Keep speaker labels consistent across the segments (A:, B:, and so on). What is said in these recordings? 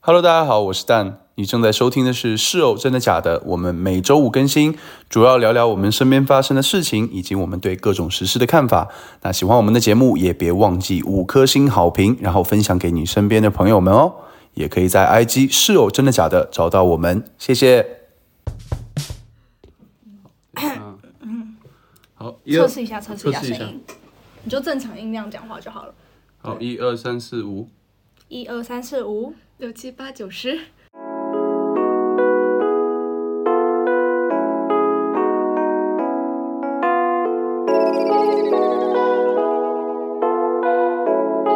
A: Hello，大家好，我是蛋。你正在收听的是《是哦，真的假的》，我们每周五更新，主要聊聊我们身边发生的事情，以及我们对各种时事的看法。那喜欢我们的节目，也别忘记五颗星好评，然后分享给你身边的朋友们哦。也可以在 IG 是哦，真的假的找到我们，谢谢。好，一
B: 测试一下，测试一下
A: 测试一下
B: 声音，你就正常音量讲话就好了。
A: 好，一二三四五。
B: 一二三四五，
C: 六七八九十，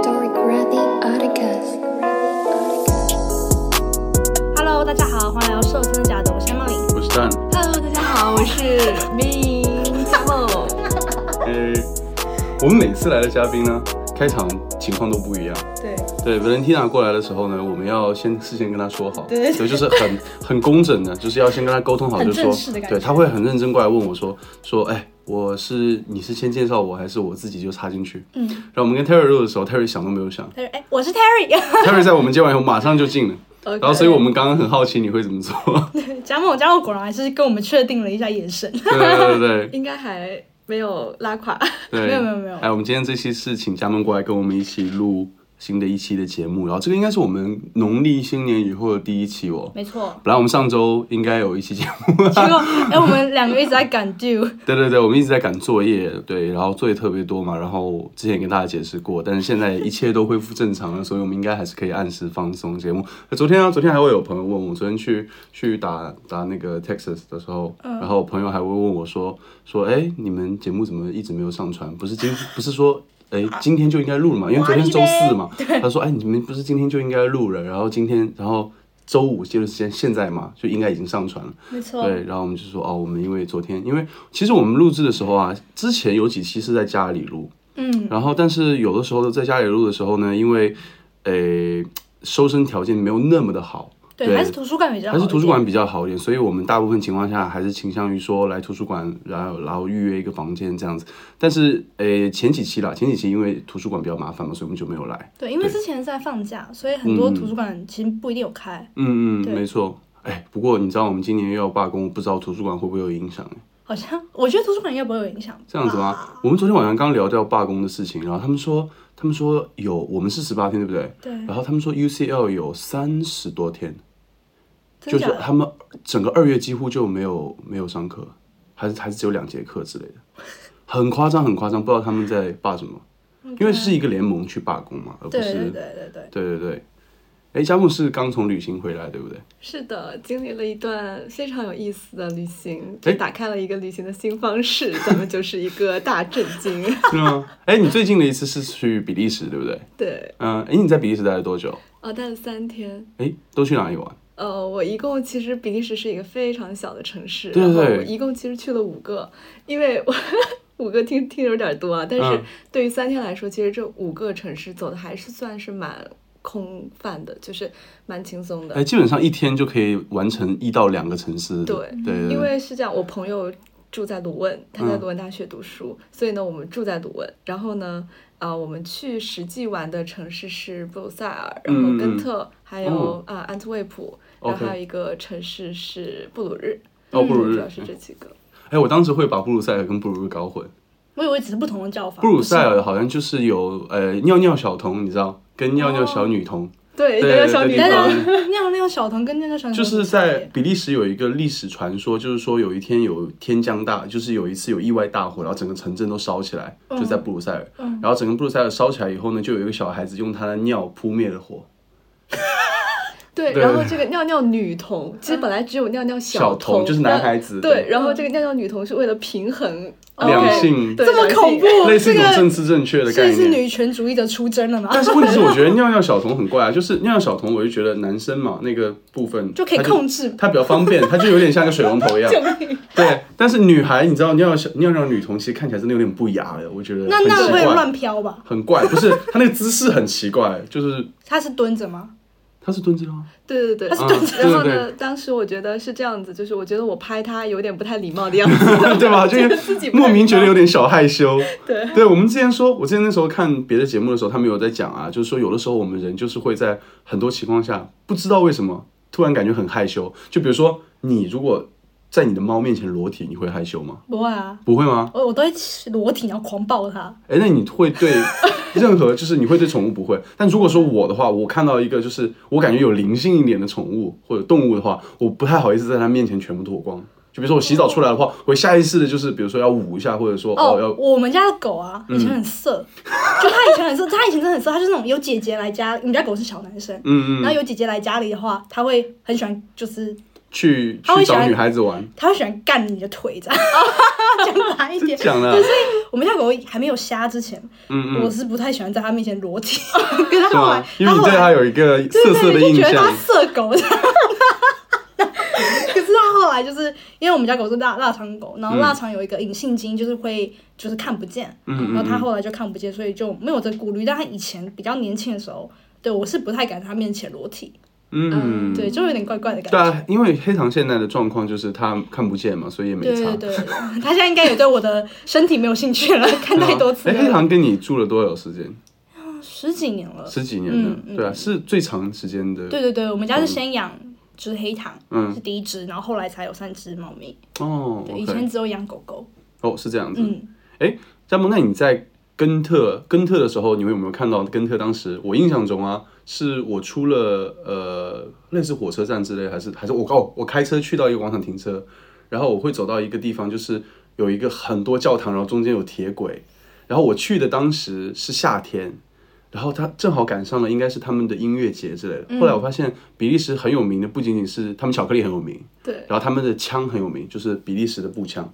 D: Dork Ready Articus.
B: ，Hello，大家好，欢迎来到《社真的假的》，我是 Emily。
A: 我是蛋。
C: Hello，大家好，我是明子梦。
A: 呃，我们每次来的嘉宾呢，开场情况都不一样。
C: 对，
A: 对，Valentina 过来的时候呢，我们要先事先跟她说好，对，所以就是很很工整的，就是要先跟她沟通好，
B: 很
A: 就
B: 正式
A: 说
B: 的，感觉
A: 对，她会很认真过来问我说，说，哎，我是你是先介绍我，还是我自己就插进去？嗯，然后我们跟 Terry 录的时候，Terry 想都没有 想
B: 他说：“哎、我是 Terry，
A: ，Terry 在我们接完以后马上就进了，
C: 然
A: 然后所以我们刚刚很好奇你会怎么做，
B: 贾某贾某果然还是跟我们确定了一下眼神。
A: 对对对对对
C: 应该还没有拉垮。
A: 对，
B: 没有没有没有
A: 哎，我们今天这期是请嘉门过来跟我们一起录新的一期的节目，然后这个应该是我们农历新年以后的第一期哦。
B: 没错，
A: 本来我们上周应该有一期节目，
B: 结果哎、我们两个一直在赶 due，
A: 对对对，我们一直在赶作业，对，然后作业特别多嘛，然后之前也跟大家解释过，但是现在一切都恢复正常了，所以我们应该还是可以按时放松节目。呃昨天啊，昨天还会有朋友问我，昨天去去打打那个 Texas 的时候，然后朋友还会问我说说，哎，你们节目怎么一直没有上传？不是今不是说。哎，今天就应该录了嘛，因为昨天是周四嘛。他说：“哎，你们不是今天就应该录了？然后今天，然后周五就是现现在嘛，就应该已经上传了。
B: 没错，
A: 对，然后我们就说哦，我们因为昨天，因为其实我们录制的时候啊，之前有几期是在家里录，
B: 嗯，
A: 然后但是有的时候在家里录的时候呢，因为诶收声条件没有那么的好，
B: 对，还是图书馆比较好，
A: 还是图书馆，比较好一点，所以我们大部分情况下还是倾向于说来图书馆，然后然后预约一个房间这样子。但是诶前几期啦，前几期因为图书馆比较麻烦嘛，所以我们就没有来。
B: 对，因为
A: 对
B: 之前是在放假，所以很多图书馆其实不一定有开，
A: 嗯嗯，
B: 对
A: 没错。哎，不过你知道我们今年又要罢工，不知道图书馆会不会有影响？
B: 好像我觉得图书馆应该不会有影响，
A: 这样子吗？我们昨天晚上刚聊掉罢工的事情，然后他们说，他们说有，我们是十八天，对不对？
B: 对，
A: 然后他们说 UCL 有三十多天，就
B: 真
A: 是
B: 假的？
A: 他们整个二月几乎就没有没有上课，还是还是只有两节课之类的，很夸张，很夸张，不知道他们在罢什么，因为是一个联盟去罢工嘛，而不
B: 对
A: 是
B: 对对对对，
A: 对对对。哎，佳木是刚从旅行回来，对不对？
C: 是的，经历了一段非常有意思的旅行，
A: 哎
C: 就打开了一个旅行的新方式，咱们就是一个大震惊。
A: 是吗？哎，你最近的一次是去比利时，对不对？
C: 对，
A: 嗯，哎，你在比利时待了多久？
C: 哦，待了三天。
A: 哎，都去哪里玩？
C: 呃，我一共其实比利时是一个非常小的城市，
A: 对
C: 然后
A: 对
C: 我一共其实去了五个，因为我五个听听着有点多啊，但是
A: 嗯
C: 对于三天来说，其实这五个城市走的还是算是蛮空泛的，就是蛮轻松的。
A: 哎，基本上一天就可以完成一到两个城市。
C: 对
A: 对，
C: 因为是这样，我朋友住在鲁汶，他在
A: 嗯
C: 鲁汶大学读书，所以呢，我们住在鲁汶。然后呢，啊、我们去实际玩的城市是布鲁塞尔，然后
A: 嗯嗯
C: 根特，还有啊、
A: 哦
C: 安特卫普，然后
A: OK
C: 还有一个城市是布鲁日。嗯
A: 哦布鲁日
C: 主要是这几个。
A: 哎，我当时会把布鲁塞尔跟布鲁日搞混。
B: 我以为只是不同的叫法，
A: 布鲁塞
B: 不是
A: 尔好像就是有呃尿尿小童，你知道，跟尿尿小女童，
C: 对，
A: 对
C: 那个小
A: 对
C: 女
A: 对
B: 等
C: 生
A: 对
B: 等， 那样那样小童跟那个小童
A: 就是在比利时有一个历史传说，就是说有一天有天降大，就是有一次有意外大火，然后整个城镇都烧起来，就在布鲁塞尔。然后整个布鲁塞尔烧起来以后呢，就有一个小孩子用他的尿扑灭了火。
C: 对，
A: 对
C: 然后这个尿尿女童，其实本来只有尿尿
A: 小
C: 童，
A: 童就是男孩子
C: 那对
A: 对，
C: 然后这个尿尿女童是为了平衡
A: 两
C: OK，
A: 性
C: 对
B: 这么
C: 两性
B: 恐怖，
A: 类似
B: 这
A: 一种
B: 个
A: 政治正确的
B: 所
A: 概
B: 以是
A: 念。
B: 女权主义的出征了吗？
A: 但是问题是，我觉得尿尿小童很怪啊， 就是尿尿小童，我就觉得男生嘛那个部分
B: 就可以
A: 他
B: 控制。
A: 它比较方便，它就有点像个水龙 头一样。对，但是女孩，你知道尿尿小尿尿女童其实看起来真的有点不雅的，我觉得
B: 那
A: 很
B: 那
A: 奇
B: 会
A: 怪，
B: 乱飘吧？
A: 很怪，不是她那个姿势很奇怪，就是
B: 她是蹲着吗？
A: 他是蹲字吗？
C: 对对对，
A: 啊对对对
C: 然后呢，当时我觉得是这样子，就是我觉得我拍他有点不太礼貌的样子，
A: 对吧？就
C: 觉得
A: 是
C: 自己不太
A: 莫名
C: 礼
A: 觉得
C: 貌
A: 有点小害羞。
C: 对
A: 对，我们之前说，我之前那时候看别的节目的时候，他们有在讲啊，就是说有的时候我们人就是会在很多情况下不知道为什么突然感觉很害羞。就比如说你如果在你的猫面前裸体，你会害羞吗？
B: 不会啊，
A: 不会吗？
B: 我我都会裸体然后狂抱它，
A: 哎，那你会 对任何就是你会对宠物不会，但如果说我的话，我看到一个就是我感觉有灵性一点的宠物或者动物的话，我不太好意思在它面前全部脱光。就比如说我洗澡出来的话，我会下意识的就是比如说要捂一下，或者说哦要嗯
B: 哦，我们家的狗啊，以前很色，就它以前很色，它以前真的很色，它就是那种有姐姐来家，我们家狗是小男生，
A: 嗯
B: 然后
A: 嗯
B: 有姐姐来家里的话，它会很喜欢，就是
A: 去
B: 它会
A: 去找
B: 喜欢
A: 女孩子玩，
B: 它会喜欢干你的腿 这样，讲白一点。
A: 讲的啊
B: 对，所以我们家狗还没有瞎之前，
A: 嗯
B: 我
A: 嗯，
B: 是不太喜欢在它面前 裸体，跟它
A: 是
B: 后来
A: 吗？，因为你
B: 后
A: 对
B: 来
A: 它有一个
B: 对
A: 色色的
B: 对
A: 印
B: 就觉得它
A: 象，
B: 色狗。 可是它后来就是因为我们家狗是腊腊肠狗，然后腊肠有一个隐性基因，就是会就是看不见，
A: 嗯嗯
B: 然后它
A: 嗯
B: 后来就看不见，所以就没有这个顾虑。但它以前比较年轻的时候，对我是不太敢在它面前裸体，
A: 嗯，
B: 对，就有点怪怪的感
A: 对
B: 觉。
A: 啊，因为黑糖现在的状况就是它看不见嘛，所以也没
B: 对
A: 差
B: 对。对， 它现在应该也对我的身体没有兴趣 了，看太多次
A: 哎，黑
B: 了，
A: 糖跟你住了多久时间？
B: 十几年了。
A: 十几年了
B: 嗯，嗯
A: 对啊，是最长时间的。
B: 对对对，我们家是先养就是黑糖，
A: 嗯
B: 是第一只，然后后来才有三只猫咪。
A: 哦
B: 对，以前
A: ，OK，
B: 只有养狗狗。
A: 哦，是这样子。
B: 嗯，
A: 加盟，那你在根特根特的时候，你们有没有看到根特当时？我印象中啊，是我出了呃类似火车站之类，还是还是我哦，我开车去到一个广场停车，然后我会走到一个地方，就是有一个很多教堂，然后中间有铁轨，然后我去的当时是夏天。然后他正好赶上了，应该是他们的音乐节之类的。后来我发现，比利时很有名的不仅仅是他们巧克力很有名，
C: 对，
A: 然后他们的枪很有名，就是比利时的步枪，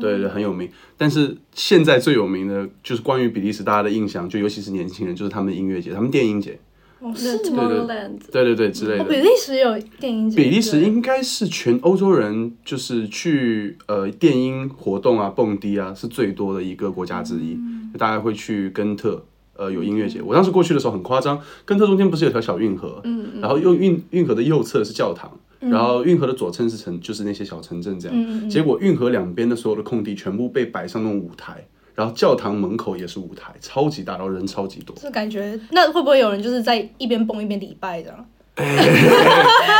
A: 对对，很有名。但是现在最有名的就是关于比利时大家的印象，就尤其是年轻人，就是他们的音乐节，他们电音节，
B: 哦，
C: 那
B: 是吗？
C: Tomorrowland，
A: 对对对之类
B: 哦，比
A: 的。
B: 利时也有电影节。
A: 比利时
B: 对
A: 应该是全欧洲人就是去呃电音活动啊、蹦迪啊是最多的一个国家之一，
B: 嗯
A: 就大家会去根特。呃，有音乐节。我当时过去的时候很夸张，根特中间不是有条小运河，
C: 嗯嗯
A: 然后右运运河的右侧是教堂，然后运河的左侧是城，就是那些小城镇这样。
B: 嗯嗯嗯嗯
A: 结果运河两边的所有的空地全部被摆上那种舞台，然后教堂门口也是舞台，超级大，然后人超级多。
B: 就感觉那会不会有人就是在一边蹦一边礼拜这样？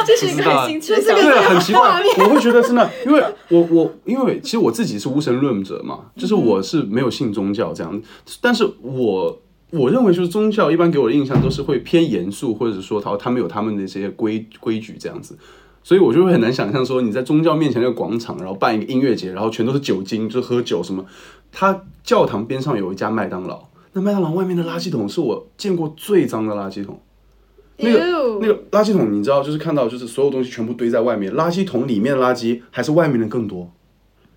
C: 这是一
A: 不
C: 个
A: 知道啊
C: 很新奇的
B: 这
C: 想
B: 个
C: 法。
A: 对啊，很奇怪，我会觉得真的，因为我我因为其实我自己是无神论者嘛，就是
B: 嗯
A: 我是没有信宗教这样，但是我我认为就是宗教一般给我的印象都是会偏严肃，或者是说他他们有他们的这些规规矩这样子。所以我就会很难想象说你在宗教面前那个广场，然后办一个音乐节，然后全都是酒精，就喝酒什么。他教堂边上有一家麦当劳，那麦当劳外面的垃圾桶是我见过最脏的垃圾桶。那个那个垃圾桶，你知道，就是看到就是所有东西全部堆在外面，垃圾桶里面的垃圾还是外面的更多，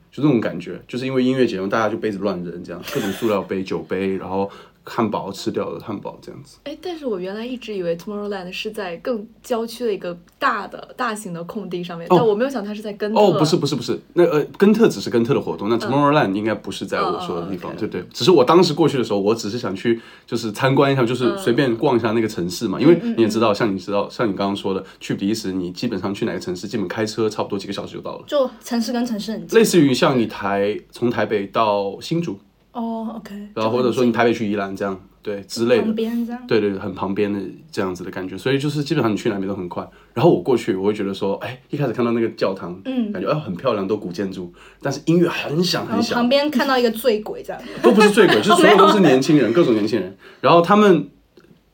A: 就这种感觉，就是因为音乐节目，大家就杯子乱扔，这样各种塑料杯、酒杯，然后汉堡吃掉的汉堡这样子。
C: 哎，但是我原来一直以为 Tomorrowland 是在更郊区的一个大的大型的空地上面，
A: 哦
C: 但我没有想它是在根特。
A: 哦，不是不是不是，那呃，根特只是根特的活动，那 Tomorrowland 应该不是在我说的地方，
C: 嗯哦哦
A: 对对。只是我当时过去的时候，我只是想去就是参观一下，就是随便逛一下那个城市嘛，
C: 嗯
A: 因为你也知道，像你知道，像你刚刚说的，去比利时，你基本上去哪个城市，基本开车差不多几个小时就到了。
B: 就城市跟城市很近。
A: 类似于像你台从台北到新竹，
B: 哦，OK。
A: 然后啊或者说你台北去宜兰这样，对之类
B: 旁
A: 的，
B: 边这样。
A: 对对，很旁边的这样子的感觉，所以就是基本上你去哪边都很快。然后我过去，我会觉得说，哎，一开始看到那个教堂，
B: 嗯
A: 感觉哎很漂亮，都古建筑，但是音乐很响
B: 然
A: 很
B: 后
A: 响
B: 旁，边看到一个醉鬼这样，
A: 都不是醉鬼，就是所有都是年轻人， 各种年轻人。然后他们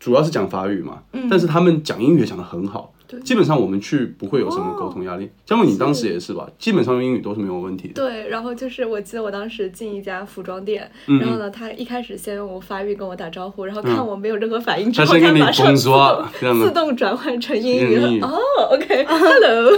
A: 主要是讲法语嘛，
B: 嗯
A: 但是他们讲英语也讲得很好，基本上我们去不会有什么沟通压力。江梦，你当时也是吧？基本上用英语都是没有问题的。
C: 对，然后就是我记得我当时进一家服装店，
A: 嗯
C: 然后呢，他一开始先用我法语跟我打招呼，然后看我没有任何反应之
A: 他
C: 后，
A: 先
C: 他
A: 跟你
C: 马上
A: 工
C: 自
A: 作
C: 动，
A: 这样
C: 自
A: 子。
C: 动转换成英语了
A: 英语。
C: 哦，OK，Hello，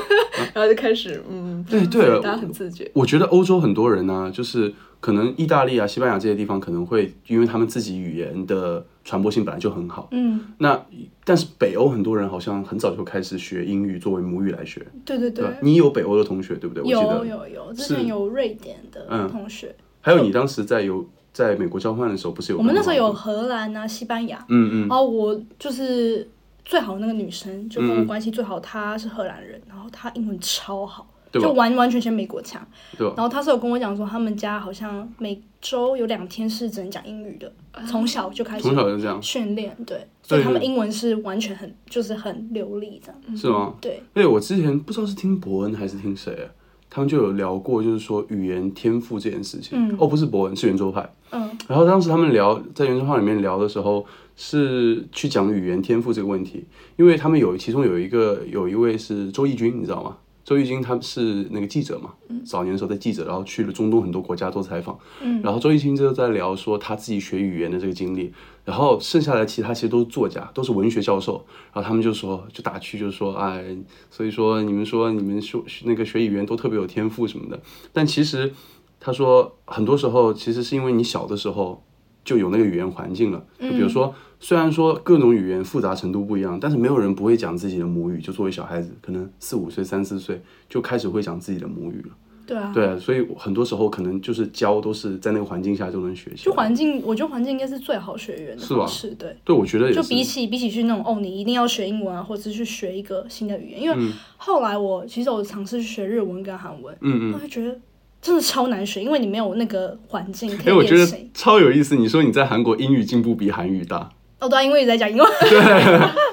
C: 然后 就开始嗯，
A: 对 对，
C: 大家很自觉。
A: 我觉得欧洲很多人呢、就是可能意大利啊、西班牙这些地方可能会，因为他们自己语言的传播性本来就很好。
B: 嗯，
A: 那但是北欧很多人好像很早就开始学英语作为母语来学，
B: 对对
A: 对
B: 对
A: 吧，？你有北欧的同学对不对？我记
B: 嗯有
A: 得
B: 有有，
A: 是
B: 之前有瑞典的
A: 嗯
B: 同学，
A: 还有你当时在有在美国交换的时候，不是有
B: 我们那
A: 跟
B: 时候有
A: 吗
B: 荷兰啊、西班牙，
A: 嗯嗯
B: 然后我就是最好的那个女生，就
A: 嗯
B: 跟我关系最好，她是荷兰人，然后她英文超好，
A: 对吧
B: 就完完全全美国腔。
A: 对吧？
B: 然后她是有跟我讲说，他们家好像每周有两天是只能讲英语的，从小就开始
A: 啊从小就这样，
B: 训练，对，所以
A: 对
B: 他们
A: 对嗯
B: 英文是完全很就是很流利这样。
A: 是吗？
B: 对，
A: 对，我之前不知道是听伯恩还是听谁，啊他们就有聊过，就是说语言天赋这件事情。
B: 嗯
A: 哦，不是伯恩，是圆桌派。
B: 嗯
A: 然后当时他们聊在圆桌派里面聊的时候，是去讲语言天赋这个问题，因为他们有其中有一个有一位是周轶君，你知道吗？周轶君他是那个记者嘛，早年的时候在记者，然后去了中东很多国家做采访，
B: 嗯
A: 然后周轶君就在聊说他自己学语言的这个经历，然后剩下来其他其实都是作家，都是文学教授，然后他们就说就打趣就说哎，所以说你们说你们说那个学语言都特别有天赋什么的，但其实他说很多时候其实是因为你小的时候就有那个语言环境了，就比如说。虽然说各种语言复杂程度不一样，但是没有人不会讲自己的母语。就作为小孩子，可能四五岁、三四岁就开始会讲自己的母语了。
B: 对啊，
A: 对，所以很多时候可能就是教都是在那个环境下就能学习。
B: 就环境，我觉得环境应该是最好学语言的
A: 是吧
B: 方式，对。
A: 对，我觉得也。
B: 就是比起比起去那种哦，你一定要学英文啊，或者是去学一个新的语言，因为后来我其实我尝试去学日文跟韩文，
A: 嗯
B: 我
A: 嗯，
B: 就觉得真的超难学，因为你没有那个环境可
A: 哎，我
B: 以
A: 觉
B: 练
A: 得
B: 习。
A: 超有意思。你说你在韩国英语进步比韩语大，
B: 哦，对啊，因为一直在讲英文，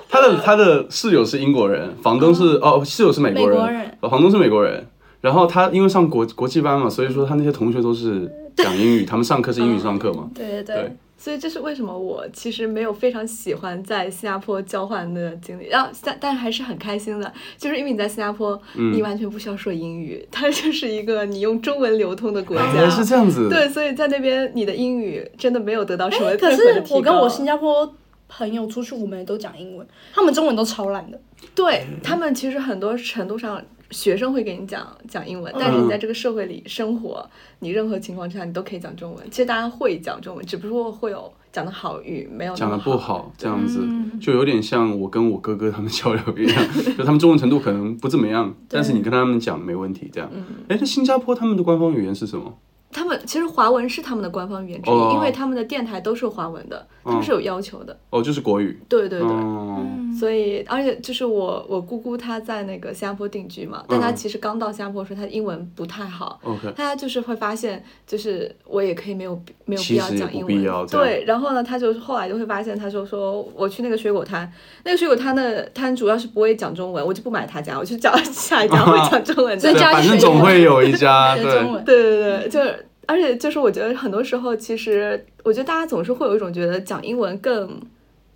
A: 他
B: 啊
A: 的他的室友是英国人，房东是、哦室友是美国
B: 美
A: 人，哦
B: 国人
A: 房东是美国人。然后他因为上国国际班嘛，所以说他那些同学都是讲英语，他们上课是英语上课嘛。
B: 对对
A: 对
B: 对，
C: 所以这是为什么我其实没有非常喜欢在新加坡交换的经历，然后但但还是很开心的，就是因为你在新加坡，
A: 嗯
C: 你完全不需要说英语，它就是一个你用中文流通的国
A: 啊原来是这
C: 家。
A: 样子。
C: 对，所以在那边你的英语真的没有得到什么
B: 哎可
C: 任何的
B: 是
C: 提啊
B: 我跟
C: 高
B: 我新加坡朋友出去，我们也都讲英文，他们中文都超烂的。
C: 对他们其实很多程度上，学生会给你讲讲英
A: 嗯
C: 文，但是你在这个社会里生活，你任何情况之下你都可以讲中文。其实大家会讲中文，只不过会有讲的好与没有那
A: 讲的
C: 么
A: 不好，这样子、
B: 嗯
A: 就有点像我跟我哥哥他们交流一样，就他们中文程度可能不怎么样，但是你跟他们讲没问题，这样。哎、那新加坡他们的官方语言是什么？
C: 他们其实华文是他们的官方语言之一，
A: 哦
C: 因为他们的电台都是华文的，他们是有要求的。
A: 哦，就是国语。
C: 对嗯对对。
A: 哦，
C: 所以，而且就是我，我姑姑她在那个新加坡定居嘛，但她
A: 嗯
C: 其实刚到新加坡的时候，她英文不太好，
A: OK，
C: 大家就是会发现，就是我也可以没有没有
A: 其
C: 必要
A: 实也
C: 讲
A: 不
C: 英
A: 必要
C: 文，
A: 这样
C: 对。然后呢，他就后来就会发现，他就说我去那个水果摊，那个水果摊的摊主要是不会讲中文，我就不买他家，我去找 下一家会讲中文
B: 所
C: 的
A: 对，
B: 以。加
A: 反正
B: 学
A: 总会有一 家啊
B: 学
A: 对
B: 中文
C: 对对对，就是。而且就是我觉得很多时候，其实我觉得大家总是会有一种觉得讲英文更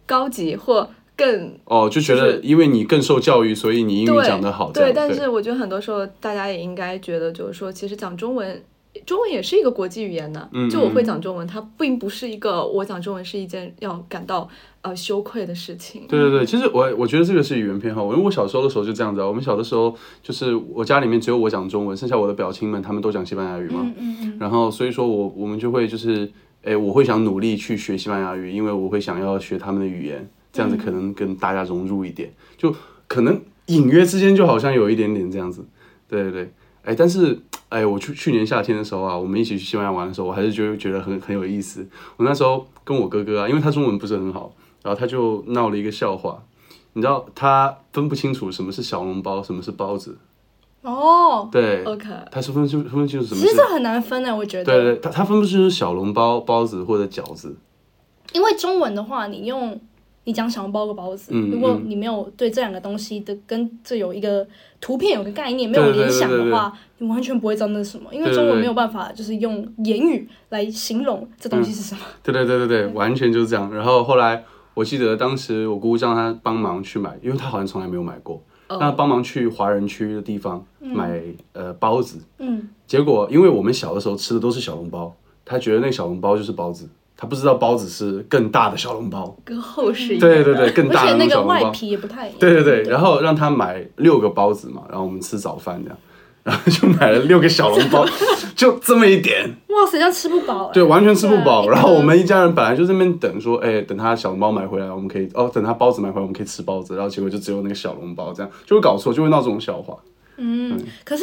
C: 高级或更
A: 哦，就觉得因为你更受教育，所以你英语
C: 对
A: 讲得好。这
C: 对，
A: 样
C: 但是我觉得很多时候大家也应该觉得，就是说，其实讲中文，中文也是一个国际语言呢。
A: 嗯
C: 就我会
A: 嗯
C: 讲中文，它并不是一个我讲中文是一件要感到呃羞愧的事情。
A: 对对对，其实我我觉得这个是语言偏好，因为我小时候的时候就这样子啊。我们小的时候就是我家里面只有我讲中文，剩下我的表亲们他们都讲西班牙语嘛。
B: 嗯嗯嗯，
A: 然后所以说我我们就会就是，哎，我会想努力去学西班牙语，因为我会想要学他们的语言，这样子可能跟大家融入一点，就可能隐约之间就好像有一点点这样子，对对对，哎，但是哎，我去去年夏天的时候啊，我们一起去西班牙玩的时候，我还是觉得觉得很很有意思。我那时候跟我哥哥啊，因为他中文不是很好，然后他就闹了一个笑话。你知道他分不清楚什么是小笼包，什么是包子，
B: 哦，
A: 对
C: OK，
A: 他是分清分不清楚什么
B: 其
A: 是
B: 实这很难分欸的，我觉得。
A: 对对，他他分不清楚小笼包、包子或者饺子。
B: 因为中文的话，你用你讲小笼包和包子，
A: 嗯
B: 如果
A: 嗯
B: 你没有对这两个东西的跟这有一个图片有个概念，没
A: 对
B: 有
A: 对对
B: 联想
A: 对
B: 的
A: 对
B: 话，你完全不会知道那是什么，因为
A: 对对
B: 中文
A: 对
B: 没有办法就是用言语来形容这东西是什么。
A: 对对对对对，完全就是这样。然后后来我记得当时我姑姑让他帮忙去买，因为他好像从来没有买过，让他帮忙去华人区的地方买、呃包子。
B: 嗯，
A: 结果因为我们小的时候吃的都是小笼包，他觉得那个小笼包就是包子，他不知道包子是更大的小笼包。
C: 更厚实一点。
A: 对对对，更
B: 而
A: 大
B: 且
A: 的
B: 那
A: 小笼
B: 个
A: 包
B: 外。皮也不太一样。
A: 对对对，然后让他买六个包子嘛，然后我们吃早饭这样，然后就买了六个小笼 包，就这么一点，
B: 哇塞，这样吃不饱、欸。
A: 对，啊完全吃不饱。
B: 对
A: 然后我们一家人本来就在那边等，说，哎，等他小笼包买回来，我们可以哦，等他包子买回来，我们可以吃包子。然后结果就只有那个小笼包，这样就会搞错，就会闹这种笑话。
B: 嗯，可是。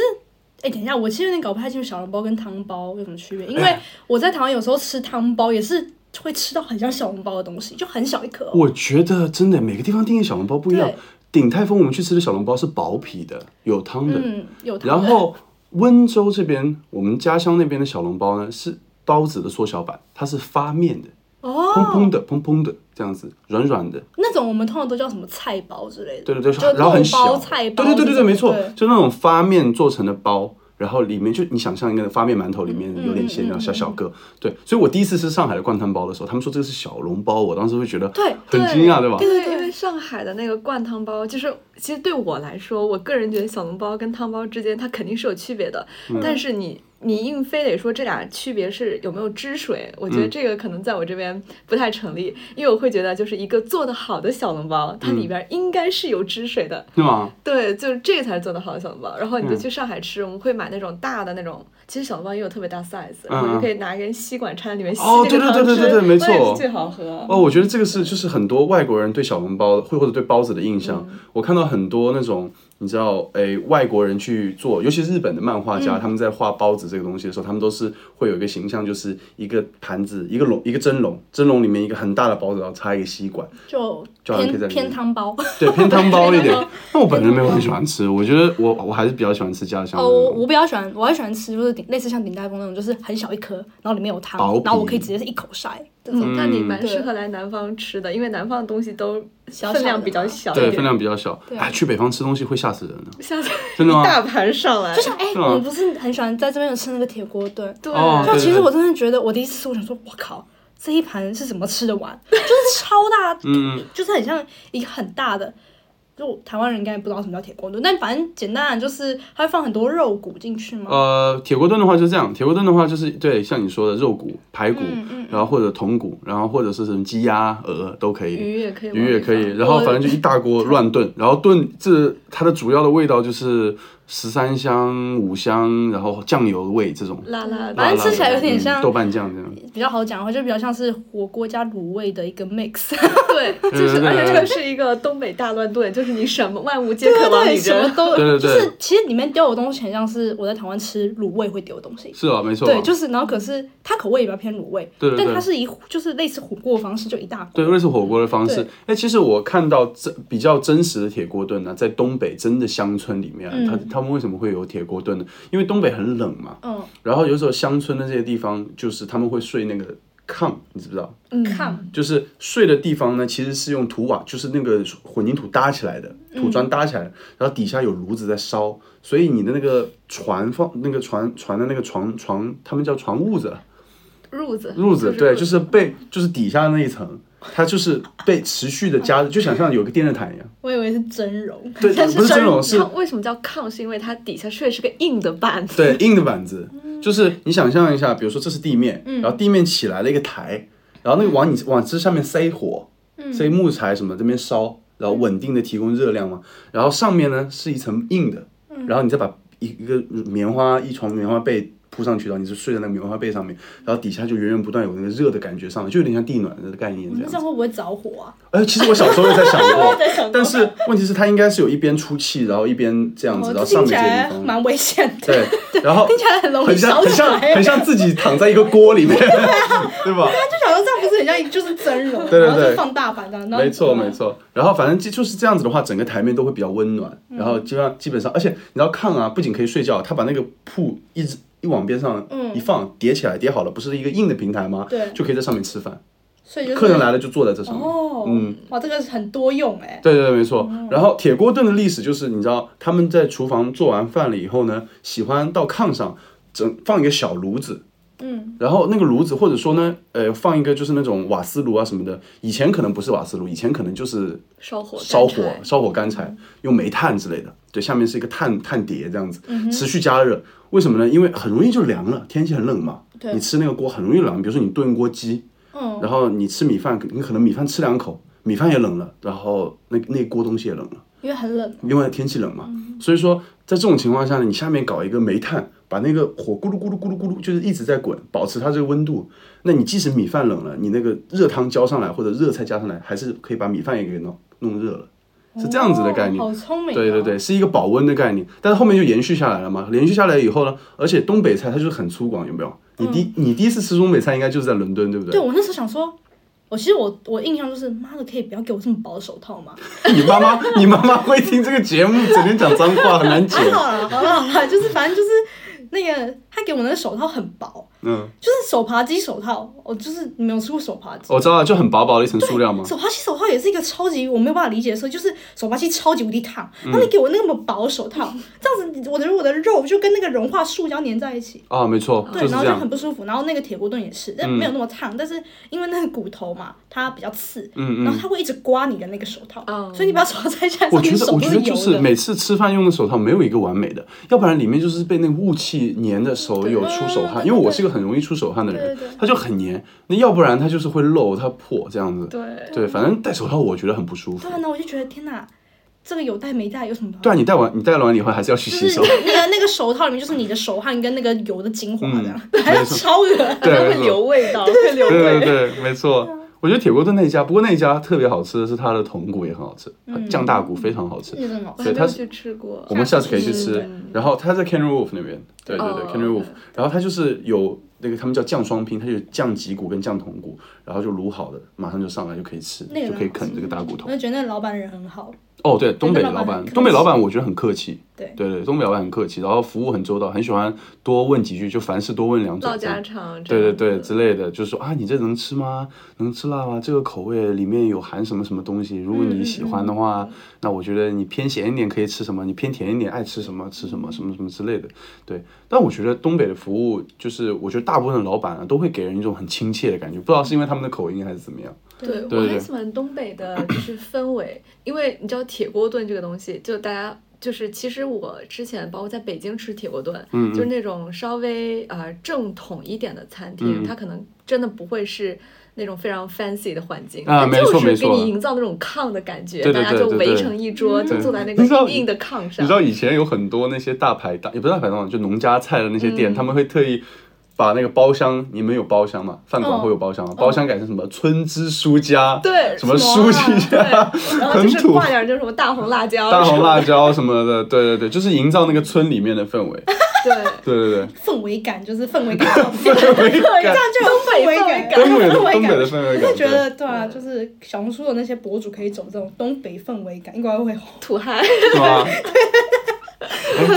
B: 哎，等一下，
A: 哎
B: 我其实有点搞不太清楚小笼包跟汤包有什么区别，因为我在台湾有时候吃汤包也是会吃到很像小笼包的东西，就很小一颗、哦。
A: 我觉得真的每个地方定义小笼包不一样
B: 对。
A: 鼎泰丰我们去吃的小笼包是薄皮的，有汤的。
B: 嗯，有糖
A: 然
B: 的
A: 后温州这边，我们家乡那边的小笼包呢是包子的缩小版，它是发面的，
B: 哦，
A: 蓬蓬的，蓬蓬的这样子，软软的。
B: 那种我们通常都叫什么菜包之类的。
A: 对对对，
B: 就
A: 然后很
B: 肉包
A: 小，
B: 菜
A: 对
B: 包
A: 对对
B: 这
A: 对对，
B: 种
A: 没错
B: 对，
A: 就那种发面做成的包，然后里面就你想象一个发面馒头里面有点馅
B: 嗯嗯
A: 料，
B: 嗯
A: 小小个，对，所以我第一次吃上海的灌汤包的时候，他们说这个是小笼包，我当时会觉得
B: 对
A: 很惊讶，对吧？
B: 对对
C: 因为上海的那个灌汤包，就是其实对我来说，我个人觉得小笼包跟汤包之间它肯定是有区别的，
A: 嗯
C: 但是你。你硬非得说这俩区别是有没有汁水，我觉得
A: 嗯
C: 这个可能在我这边不太成立，因为我会觉得就是一个做得好的小笼包，
A: 嗯
C: 它里边应该是有汁水的，
A: 对吗？
C: 对，就是这个才是做的好的小笼包。然后你就
A: 嗯
C: 去上海吃，我们会买那种大的那种，其实小笼包也有特别大 size，、
A: 嗯
C: 然后就可以拿根吸管插在里面吸
A: 哦
C: 那个
A: 对对
C: 汤
A: 对对对
C: 汁
A: 对没
C: 那也
A: 错
C: 是最好喝。
A: 哦，我觉得这个
B: 嗯
A: 是就是很多外国人对小笼包或或者对包子的印象。
B: 嗯
A: 我看到很多那种你知道，诶，外国人去做，尤其是日本的漫画
B: 嗯
A: 家，他们在画包子这个东西的时候，他们都是会有一个形象，就是一个盘子，一个笼，一个蒸笼，蒸笼里面一个很大的包子，然后插一个吸管，
B: 就
A: 就好像可以在
B: 偏
A: 里面
B: 偏汤包。
A: 对，偏汤包一
B: 偏
A: 点
B: 汤包。
A: 那我本人没有很喜欢吃，我觉得我我还是比较喜欢吃家乡的
B: 哦，
A: 那
B: 我
A: 种
B: 我比较喜欢，我还喜欢吃就是顶类似像鼎泰丰那种，就是很小一颗，然后里面有汤
A: 薄皮，嗯
B: 然后我可以直接是一口塞这种。
C: 那你蛮
B: 对
C: 适合来南方吃的，因为南方的东西都
B: 小
C: 分
B: 小
C: 量
B: 的
C: 比较
B: 嘛
C: 小一
A: 对
C: 点，
A: 分量比较小。
B: 对啊
A: 哎，去北方吃东西会吓死人的。
C: 下次
A: 真的吗
C: 一大盘上来，
B: 就像哎、
A: 是吗
B: 我们不是很喜欢在这边有吃那个铁锅炖，
C: 对，
A: 哦
B: 就
A: 对
B: 其实我真的觉得我第一次吃，我想说，我靠，这一盘是怎么吃得完？就是超大，
A: 嗯，
B: 就是很像一个很大的。就台湾人应该不知道什么叫铁锅炖，但反正简单的就是它会放很多肉骨进去嘛。
A: 呃，铁锅炖的话就是这样，铁锅炖的话就是对，像你说的肉骨、排骨，
B: 嗯嗯
A: 然后或者筒骨，然后或者是什么鸡鸭鹅都可以，
C: 鱼也可以，
A: 鱼也可以，。然后
B: 我
A: 反正就一大锅乱炖，然后炖这它的主要的味道就是十三香、五香，然后酱油味这种，
C: 辣辣的，
B: 反正吃起来 有点
A: 嗯
B: 像
A: 豆瓣酱这样。
B: 比较好讲的话，就比较像是火锅加卤味的一个 mix，
C: 对，就是
A: 对
C: 而且这
A: 对
C: 个是一个东北大乱炖，就是你什么万物皆可往里
B: 什么
C: 扔。
B: 都，
A: 对对对
B: 就是其实里面丢的东西很像是我在台湾吃卤味会丢的东西，
A: 是啊，没错啊。
B: 对，就是然后可是它口味也比较偏卤味，
A: 对对对
B: 但它是以就是类似火锅的方式，就一大锅，
A: 对，类似火锅的方式
B: 对。
A: 哎，其实我看到这比较真实的铁锅炖呢，在东北真的乡村里面啊，
B: 嗯
A: 他他们为什么会有铁锅炖呢？因为东北很冷嘛，
B: 嗯，
A: 然后有时候乡村的这些地方，就是他们会睡那个炕，你知不知道？
C: 嗯
B: 看
A: 就是睡的地方呢，其实是用土瓦，就是那个混凝土搭起来的，
B: 嗯
A: 土砖搭起来的，然后底下有炉子在烧，所以你的那个船放那个船船的那个床床，他们叫床褥子，啊
C: 褥子，
A: 褥子对，就是是被就是底下那一层，它就是被持续的加热，就想象有个电热毯一样，
B: 我以为是蒸笼，
A: 对，
B: 但
A: 不是蒸笼是
C: 炕为什么叫炕？是因为它底下睡的是个硬的板子，
A: 对硬的板子，就是你想象一下，比如说这是地面，然后地面起来了一个台，然后那个往你往这上面塞火，塞木材什么这边烧，然后稳定的提供热量嘛，然后上面呢是一层硬的，然后你再把一一个棉花一床棉花被。铺上去，然后你就睡在那个棉花被上面，然后底下就源源不断有那个热的感觉上来，就有点像地暖的概念这
B: 那
A: 样
B: 这。样会不会着火啊？
A: 哎，其实我小时候也在想 过
B: 在想过，
A: 但是问题是它应该是有一边出气，然后一边这样子，
B: 哦，
A: 然
B: 这
A: 后上
B: 听
A: 面
B: 起
A: 这个
B: 来
A: 地方，
B: 蛮危险的，
A: 对，然后
B: 听起来很容易
A: 很像
B: 烧
A: 很
B: 起来
A: 像很像自己躺在一个锅里面，
B: 啊
A: 对吧？
B: 就想说这样不是很像就是蒸笼，
A: 对对
B: 然后
A: 对
B: 就放大版这样，然后
A: 没错没
B: 嗯
A: 错，然后反正就就是这样子的话，整个台面都会比较温暖，
B: 嗯
A: 然后基本上基本上，而且你知道炕啊，不仅可以睡觉，它把那个铺一直一往边上
B: 嗯
A: 一放，叠起来叠好了，不是一个硬的平台吗？
B: 对
A: 就可以在上面吃饭，
B: 所以就是
A: 客人来了就坐在这上面。
B: 哦，
A: 嗯，
B: 哇，这个很多用哎，
A: 对对对，没错。然后铁锅炖的历史就是，你知道他们在厨房做完饭了以后呢，喜欢到炕上整放一个小炉子，
B: 嗯，
A: 然后那个炉子或者说呢，呃，放一个就是那种瓦斯炉啊什么的。以前可能不是瓦斯炉，以前可能就是
C: 烧火，
A: 烧火
C: 干柴
A: 烧火干柴，用煤炭之类的。对，下面是一个炭炭碟这样子，持续加热。为什么呢？因为很容易就凉了，天气很冷嘛。
B: 对
A: 你吃那个锅很容易冷，比如说你炖锅鸡，
B: 嗯，
A: 然后你吃米饭，你可能米饭吃两口，米饭也冷了，然后那那锅东西也冷了，
B: 因为很冷，
A: 因为天气冷嘛。所以说，在这种情况下呢，你下面搞一个煤炭，把那个火咕噜咕噜咕噜咕噜，就是一直在滚，保持它这个温度。那你即使米饭冷了，你那个热汤浇上来或者热菜加上来，还是可以把米饭也给弄弄热了，是这样子的概念。
B: 哦好聪明，
A: 对对对，，是一个保温的概念，但是后面就延续下来了嘛。延续下来以后呢，而且东北菜它就是很粗犷，有没有？你第、
B: 嗯
A: 你第一次吃中北餐应该就是在伦敦，对不
B: 对我那时候想说，我其实我我印象就是，妈的，可以不要给我这么薄的手套吗？
A: 你妈妈，你妈妈会听这个节目，整天讲脏话，很难 解。
B: 还好啦，好啦，好啦，就是反正就是那个他给我那个手套很薄，
A: 嗯，
B: 就是手扒鸡手套，我就是你没有吃过手扒鸡。
A: 我知道了，啊就很薄薄的一层塑料嘛。
B: 手扒鸡手套也是一个超级我没有办法理解的事，就是手扒鸡超级无敌烫，然后你给我那么薄的手套，这样子我的我的肉就跟那个融化塑胶粘在一起，
A: 啊，没错，
B: 对，
A: 就是
B: 然后
A: 这
B: 就
A: 样嗯
B: 很。不舒服。然后那个铁锅炖也是，但没有那么烫，但是因为那个骨头嘛，它比较刺，
A: 嗯
B: 然后
A: 嗯，
B: 它会一直刮你的那个手套，
C: 哦
B: 所以你把手套摘下来，
A: 我
B: 上
A: 觉
B: 面
A: 得
B: 手
A: 我
B: 都
A: 觉得
B: 是
A: 就
B: 油
A: 是
B: 的。
A: 每次吃饭用的手套没有一个完美的，要不然里面就是被那个雾气粘的手有出手汗，
B: 对
A: 因为我是一个很容易出手汗的人
B: 对对，
A: 它就很粘。那要不然它就是会漏，它破这样子。
C: 对，
A: 对，反正戴手套我觉得很不舒服
B: 对。啊，那我就觉得天哪，这个有戴没戴有什么办法？
A: 对啊，你戴完你戴完以后还是要去
B: 就
A: 洗
B: 是
A: 手
B: 那。个那个那个手套里面就是你的手汗跟那个油的精
A: 嗯
B: 华这样，还有超恶
A: 对
C: 它
A: 没
C: 会
A: 错
C: 留味道，会留
A: 对对
C: 味。
A: 对，没错。
B: 啊
A: 我觉得铁锅炖那一家，不过那一家特别好吃的是它的筒骨也很好吃，
B: 嗯
A: 酱大骨非常好吃。
B: 那种好
C: 我
B: 吃。
A: 对
C: 还没
A: 它
C: 有
A: 是
C: 去吃过
A: 我。们下次可以去吃
C: 嗯。
A: 然后它在 Canary Wharf 那边，对对对
C: 哦
A: ，Canary Wharf。然后它就是有那个他们叫酱双拼，它就有酱脊骨跟酱筒骨，然后就卤好的，马上就上来就可以吃，
B: 那个
A: 就可以啃这个大骨头
B: 我。就觉得那个老板人很好，
A: 哦，对，东北
B: 那
A: 老
B: 老板
A: 板
B: 很，客
A: 东北
B: 气
A: 老板我觉得很客气。
B: 对
A: 对对，东北老板很客气，然后服务很周到，很喜欢多问几句，就凡事多问两嘴
C: 唠
A: 这样。
C: 家常，
A: 对对
C: 嗯
A: 对，之类的，就是说啊，你这能吃吗？能吃辣吗？这个口味里面有含什么什么东西？如果你喜欢的话，那我觉得你偏咸一点可以吃什么，你偏甜一点爱吃什么吃什么，什么什么之类的。对，但我觉得东北的服务，就是我觉得大部分的老板啊，都会给人一种很亲切的感觉，不知道是因为他们的口音还是怎么样。
C: 对，
A: 对
C: 我
A: 对
C: 很喜欢东北的，就是氛围，因为你知道铁锅炖这个东西，就大家就是其实我之前包括在北京吃铁锅炖，
A: 嗯
C: 就是那种稍微呃正统一点的餐
A: 嗯
C: 厅，它可能真的不会是。那种非常 fancy 的环境，
A: 啊
C: 它
A: 没错
C: 就是
A: 没
C: 给
A: 错
C: 你营造那种炕的感觉，
A: 对对
C: 大家
A: 对
C: 就
A: 对
C: 围
A: 对
C: 成一桌，就
A: 对
C: 坐在那
A: 你知道
C: 个硬的炕上。
A: 你知道以前有很多那些大排档，也不是大排档，就农家菜的那些店，他们会特意。把那个包厢，你们有包厢吗？饭馆
B: 哦
A: 会有包厢吗？包厢改成什么村支书家，
C: 对
A: 什么
B: 什么
A: 书
B: 啊
A: 记
C: 对，
A: 家，
C: 然后就是
A: 很土
C: 挂点儿就是什么大红辣椒，
A: 大红辣椒什么 的，对对对，就是营造那个村里面的氛围。
C: 对，
A: 对对 对，
B: 氛围感就是氛围感，这 样
A: 氛围感，
B: 就有氛围感，
A: 东北的
B: 氛围
A: 东北
B: 感
A: 的。氛围
B: 我
A: 感，
B: 就觉
A: 对
B: 得对啊，就是小红书的那些博主可以走这种东北氛围感，应该 会红，
C: 土嗨，
A: 是吗？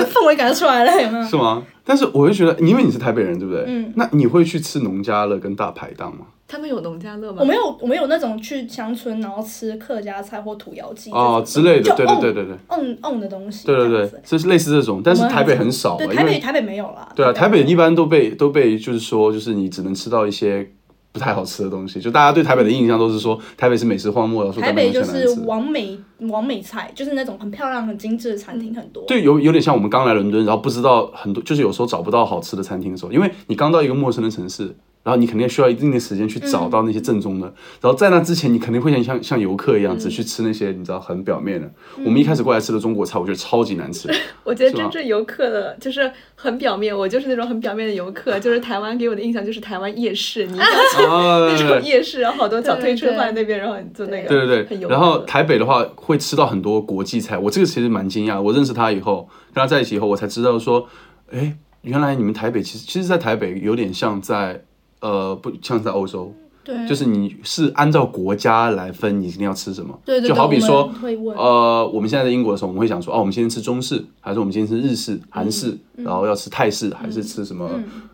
B: 氛围感就出来了，有没有？
A: 是吗？但是我就觉得，因为你是台北人，对不对？
B: 嗯。
A: 那你会去吃农家乐跟大排档吗？
C: 他们有农家乐吗？
B: 我没有，我没有那种去乡村然后吃客家菜或土窑鸡这
A: 哦
B: 种
A: 之类的，
B: 就
A: 对对对对对
B: on on 的东西，
A: 对
B: 这
A: 对
B: 样
A: 对
B: 子，
A: 就是类似这种，但是
B: 我们
A: 台北很少，啊
B: 对，
A: 因
B: 台北
A: 为
B: 台北没有啦。
A: 对啊，台北一般都被都被就是说，就是你只能吃到一些不太好吃的东西，就大家对台北的印象都是说台北是美食荒漠，然后说
B: 台北
A: 东
B: 就
A: 西很
B: 是
A: 难吃。
B: 完美完美菜，就是那种很漂亮、很精致的餐厅很多。
A: 对，有有点像我们刚来伦敦，然后不知道很多，就是有时候找不到好吃的餐厅的时候，因为你刚到一个陌生的城市，然后你肯定需要一定的时间去找到那些正宗的。
C: 嗯
A: 然后在那之前，你肯定会像像像游客一样，只去吃那些你知道很表面的。
C: 嗯
A: 我们一开始过来吃的中国菜，我觉得超级难吃。
C: 我觉得
A: 是
C: 真
A: 吧
C: 正游客的，就是很表面，我就是那种很表面的游 客，就是台湾给我的印象就是台湾夜市，你一定要去
A: 啊，
C: 那
A: 对
C: 种
A: 对
C: 夜市，然后好多小推
B: 对对
C: 车放在那边，然后你就那个，
A: 对对
C: 很
A: 对
C: 游。客
A: 然后台北的话，会吃到很多国际菜。我这个其实蛮惊讶的，我认识他以后，跟他在一起以后，我才知道说，哎，原来你们台北其实其实，在台北有点像在呃不像在欧洲。
B: 对，
A: 就是你是按照国家来分，你今天要吃什么？
B: 对对对
A: 就好比
B: 我
A: 说
B: 们会，问
A: 呃，我们现在在英国的时候，我们会想说，哦，我们今天吃中式，还是我们今天吃日式、韩式，
B: 嗯
A: 然后要吃泰式，还是吃什么？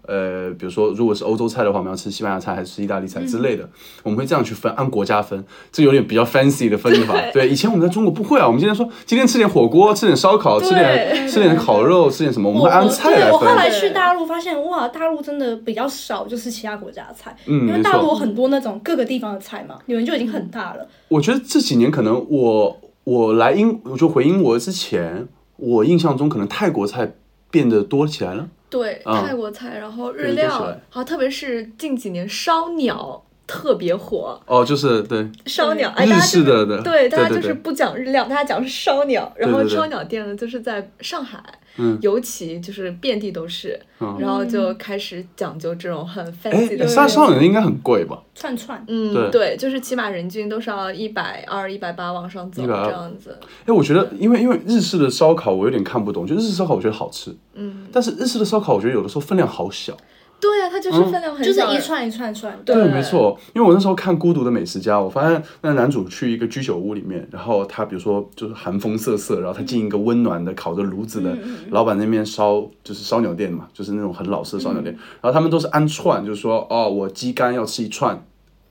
A: 呃，比如说，如果是欧洲菜的话，我们要吃西班牙菜还是吃意大利菜之类
B: 嗯
A: 的，我们会这样去分，按国家分，这有点比较 fancy 的分法。对，以前我们在中国不会啊，我们今天说今天吃点火锅，吃点烧烤，吃点吃点烤肉，吃点什么，我们
B: 我
A: 会按
B: 我
A: 菜
B: 对
A: 来
B: 我后来
A: 分。
B: 去大陆发现，哇，大陆真的比较少，就是其他国家的菜，
A: 嗯
B: 因为
A: 没
B: 大
A: 错
B: 陆有很多那种各个地方的菜嘛，你们就已经很大了。
A: 我觉得这几年可能我我来英，我就回英国之前，我印象中可能泰国菜变得多起来了。
C: 对
A: 嗯
C: 泰国菜，然后
A: 对
C: 日
A: 对
C: 料，
A: 是
C: 然
A: 的
C: 后特别是近几年烧鸟特别火，
A: 哦，就是对
C: 烧鸟，哎，大
A: 日
C: 家就
A: 式
C: 是
A: 的的，
C: 对，大
A: 对
C: 家就
A: 对
C: 是
A: 对，
C: 不讲日料，大家讲是烧鸟，然
A: 对
C: 后
A: 对对
C: 烧鸟店呢，就是在上海，
A: 嗯
C: 尤其就是遍地都是，
A: 嗯
C: 然后就开始讲究这种很 fancy
A: 哎，
C: 的。
A: 沙少人应该很贵吧？
B: 串串，
C: 嗯，
A: 对
C: 就是起码人均都是要一百二、一百八往上走
A: 120
C: 这样子。
A: 哎，我觉得因为因为日式的烧烤我有点看不懂，就日式烧烤我觉得好吃，
C: 嗯，
A: 但是日式的烧烤我觉得有的时候分量好小，
C: 对啊，它就是
A: 嗯
C: 分量很
B: 就是
C: 少，
B: 一串一串一串，
C: 对
A: 对，没错，因为我那时候看《孤独的美食家》，我发现那男主去一个居酒屋里面，然后他比如说就是寒风瑟瑟，然后他进一个温暖的烤着炉子
B: 嗯
A: 的老板那边烧，就是烧鸟店嘛，就是那种很老式的烧鸟店，
B: 嗯
A: 然后他们都是按串，就是说哦，我鸡肝要吃一串。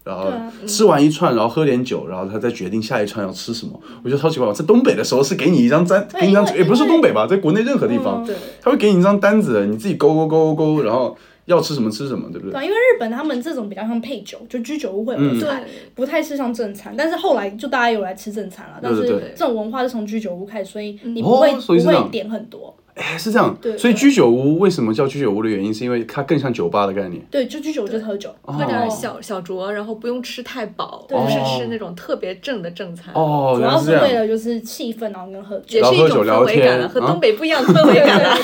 A: 然后
B: 对啊
A: 吃完一串，然后喝点酒，然后他再决定下一串要吃什么。我觉得超奇怪，在东北的时候是给你一张单，给你一张，
B: 因为
A: 也不是
B: 因为
A: 东北吧，在国内任何地方，
B: 嗯
C: 对，
A: 他会给你一张单子，你自己勾勾勾勾勾，然后要吃什么吃什么，对不对
B: 对？啊，因为日本他们这种比较像配酒，就居酒屋会
A: 嗯
B: 有的菜，不太是像正餐。但是后来就大家有来吃正餐了，但是
A: 对对对
B: 这种文化是从居酒屋开始，所以你
A: 哦
B: 不会、
A: 所以是
B: 不
A: 这样
B: 会点很多。
A: 哎，是这样。
B: 对
A: 所以居酒屋为什么叫居酒屋的原因，是因为它更像酒吧的概念。
B: 对，就居酒屋就是喝酒。
C: 喝点
A: 哦
C: 小小酌，然后不用吃太饱，
B: 对
C: 不是
A: 哦
C: 吃那种特别正的正餐，
A: 哦，
B: 主
A: 原
B: 要
A: 来是
B: 是
A: 这
B: 为
A: 样，
B: 了就是气氛，然后跟喝酒
C: 也。是一
A: 然后喝酒
C: 种
A: 聊
C: 氛围感了，
A: 天
C: 和
A: 啊
C: 东北不一样的氛 围感了。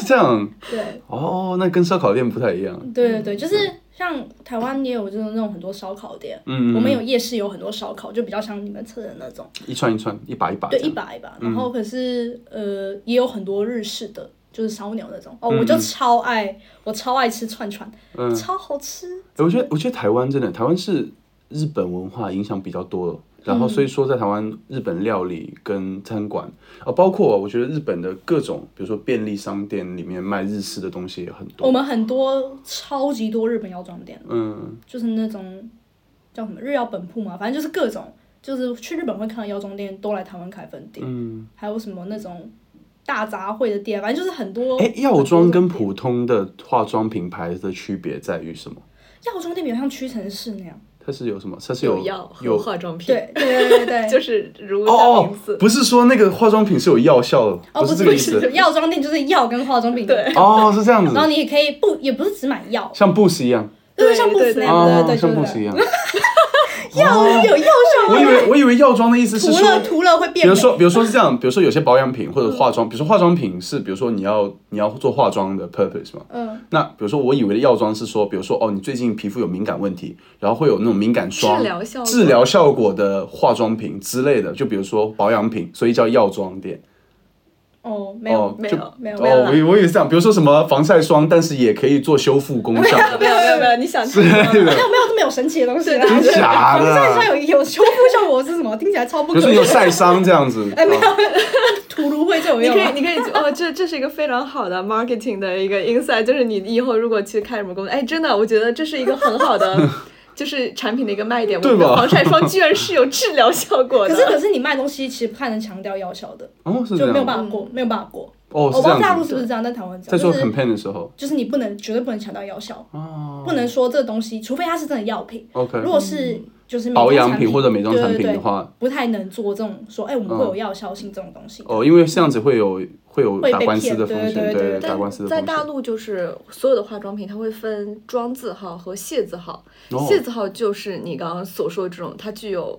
A: 是这样。
B: 对
A: 哦，那跟烧烤店不太一样。
B: 对对对，
A: 嗯
B: 就是像台湾也有这种那种很多烧烤店，
A: 嗯，嗯
B: 我们
A: 嗯
B: 有夜市有很多烧烤，就比较像你们吃的那种，
A: 一串一串，一把一把这
B: 对，
A: 样。
B: 一把一把。然
A: 嗯
B: 后可是、呃，也有很多日式的。就是烧鸟那种哦，我
A: 嗯
B: 就
A: 嗯
B: 超爱，我超爱吃串串，
A: 嗯，
B: 超好吃。
A: 哎我觉得，我觉得台湾真的，台湾是日本文化影响比较多的。然后，
B: 嗯
A: 所以说在台湾，日本料理跟餐馆啊，包括我觉得日本的各种，比如说便利商店里面卖日式的东西也很
B: 我
A: 多。
B: 们很多超级多日本药妆店，
A: 嗯，
B: 就是那种叫什么日药本铺嘛，反正就是各种，就是去日本会看到药妆店都来台湾开分店，
A: 嗯，
B: 还有什么那种大杂烩的店，反正就是很多。
A: 哎，药妆跟
B: 很多
A: 普通的化妆品牌的区别在于什么？
B: 种药妆店比较像屈臣氏那样，
A: 它是有什么？它是
C: 有
A: 有
C: 药和
A: 有
C: 化妆品，
B: 对对对对对，
C: 就是是如它
A: 哦
C: 名字
A: 哦，，不是说那个化妆品是有药效的，
B: 哦
A: 是这
B: 是
A: 个
B: 不
A: 意思。
B: 药妆店就是药跟化妆品，
C: 对，
A: 哦，是这样子
B: 然，后你也可以不也不是只买药，
A: 像 Boost 一样，
B: 就是像布
C: 对
B: 斯那
C: 对
B: 样，对
A: 哦
B: 对，对，
A: 像
B: 就是
A: Boost 一样。
B: 药有药效，
A: 我以 为我以为药妆的意思是
B: 涂了
A: 说。
B: 涂了会
A: 比
B: 变
A: 如
B: 美。
A: 说，比如说是这样，比如说有些保养品或者化妆，比如说化妆品是，比如说你要你要做化妆的 purpose 嘛。
B: 嗯，
A: 那比如说我以为的药妆是说，比如说哦，你最近皮肤有敏感问题，然后会有那种敏感霜
C: 治疗效果
A: 治疗效果的化妆品之类的，就比如说保养品，所以叫药妆店。
B: 哦，没
A: 哦
B: 有，
C: 没
A: 就
C: 有
B: 没有没有
A: 哦，
B: 啦
A: 我以我以为是这样，比如说什么防晒霜，但是也可以做修复功效。
C: 没有没有没有，你想太多了
B: 没有没有这么有神奇的东西啦，
A: 真假的
B: 防晒霜有有修复效果是什么？听起来超 不
A: 比如说
B: 可思
A: 你有
B: 议。
A: 晒伤这样子，
B: 哎，没有，涂芦荟就有
C: 你
B: 用
C: 可以，
B: 啊。
C: 你可以，哦，这这是一个非常好的 marketing 的一个 insight，就是你以后如果去开什么公司，哎，真的，我觉得这是一个很 好的，就是产品的一个卖点。我
A: 对
C: 们的
A: 吧
C: 防晒霜居然是有治疗效果
B: 可
C: 的，
B: 是可是你卖东西其实不太能强调药效的，
A: 哦，是这
B: 就
A: 样，
B: 没有办法过，没有办法过。
A: 哦，
B: 我
A: 是
B: 不知
A: 这
B: 道大
A: 样
B: 陆
A: 子，
B: 是不是这样，但台湾是这
A: 在做
B: 样，就是
A: campaign 的时候，
B: 就是你不能绝对不能强调药效，
A: 哦
B: 不能说这东西，除非它是真的药品。
A: ，OK，
B: 如果是就是美妆
A: 保养
B: 产
A: 品或者美妆产
B: 对
A: 品
B: 对
A: 的
B: 对，
A: 话，嗯
B: 不太能做这种说，哎，我们会有药效性这种东西。
A: 哦，因为这样子会有会有
B: 会被
A: 打官司的风
B: 骗
A: 险，
B: 对对对对
A: 打官司的
C: 在
A: 风
C: 大
A: 险。
C: 陆就是所有的化妆品，它会分妆字号和卸字号。
A: 哦
C: 卸字号就是你刚刚所说这种，它具有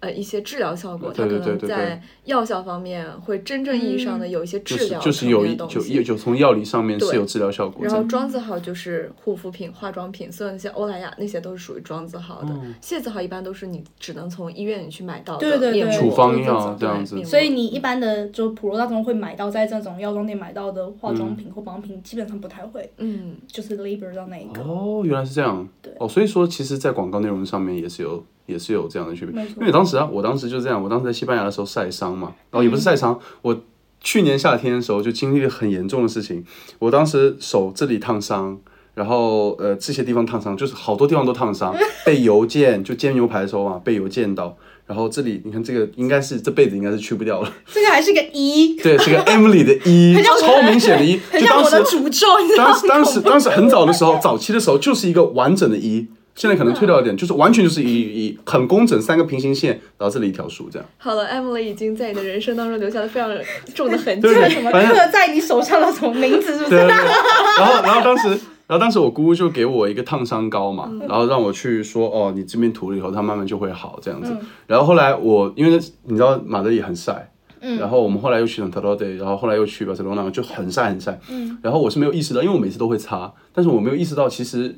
C: 呃一些治疗效果，它
A: 对对
C: 可
A: 对
C: 能
A: 对对
C: 在药效方面会真正意义上的有一些
A: 就
C: 治
A: 是
C: 疗
A: 就是
C: 层面
A: 有
C: 的
A: 一
C: 东
A: 就
C: 西
A: 有。就从药理上面是
C: 对
A: 有治疗效果的，
C: 然后妆字号就是护肤品、化妆品，所有那些欧莱雅那些都是属于妆字号的。
A: 嗯
C: 卸字号一般都是你只能从医院里去买到的
B: 对对对
C: 面膜
B: 处
A: 方
C: 就是
A: 药这
C: 这种
A: 样子
C: 对面膜
B: 所以你一般的就普罗大众会买到在这种药妆店买到的化妆品或保养品，基本上不太会，
C: 嗯，
B: 就是 labor 到那一个。
A: 哦，原来是这样。
B: 对
A: 哦，所以说其实，在广告内容上面也是有也是有这样的区别。
B: 没错
A: 因为当时啊，我当时就这样，我当时在西班牙的时候晒伤嘛，然后也不是
B: 嗯
A: 晒伤，我去年夏天的时候就经历了很严重的事情，我当时手这里烫伤。然后呃，这些地方烫伤，就是好多地方都烫 伤，被邮件就煎牛排的时候啊，被邮件到。然后这里你看这个应该是这辈子应该是去不掉了，
B: 这个还是个一，
A: 对，是个 Emily 的一，
B: 像我的
A: 超明显的一，
B: 很
A: 就
B: 像
A: 当
B: 我
A: 时
B: 的诅咒，你知道
A: 当
B: 吗
A: 时？当时当时很早的时候，早期的时候就是一个完整的一，现在可能退掉一点，就是完全就是一一一很工整三个平行线，然后这里一条竖这样。
C: 好了，Emily 已经在你的人生当中留下了 非常重的痕迹。
A: 对对
B: 这个
A: 对
B: 什么
A: 反正
B: 刻在你手上的什么名字，是不
A: 对对
B: 是？
A: 对。然后然后当时然后当时我姑姑就给我一个烫伤膏嘛，
B: 嗯
A: 然后让我去说哦，你这边涂了以后，它慢慢就会好这样子。
B: 嗯
A: 然后后来我因为你知道马德里很晒。
B: 嗯
A: 然后我们后来又去了 t a d e 然后后来又去 Barcelona，就
B: 嗯
A: 很晒很晒。然后我是没有意识到，因为我每次都会擦，但是我没有意识到其实，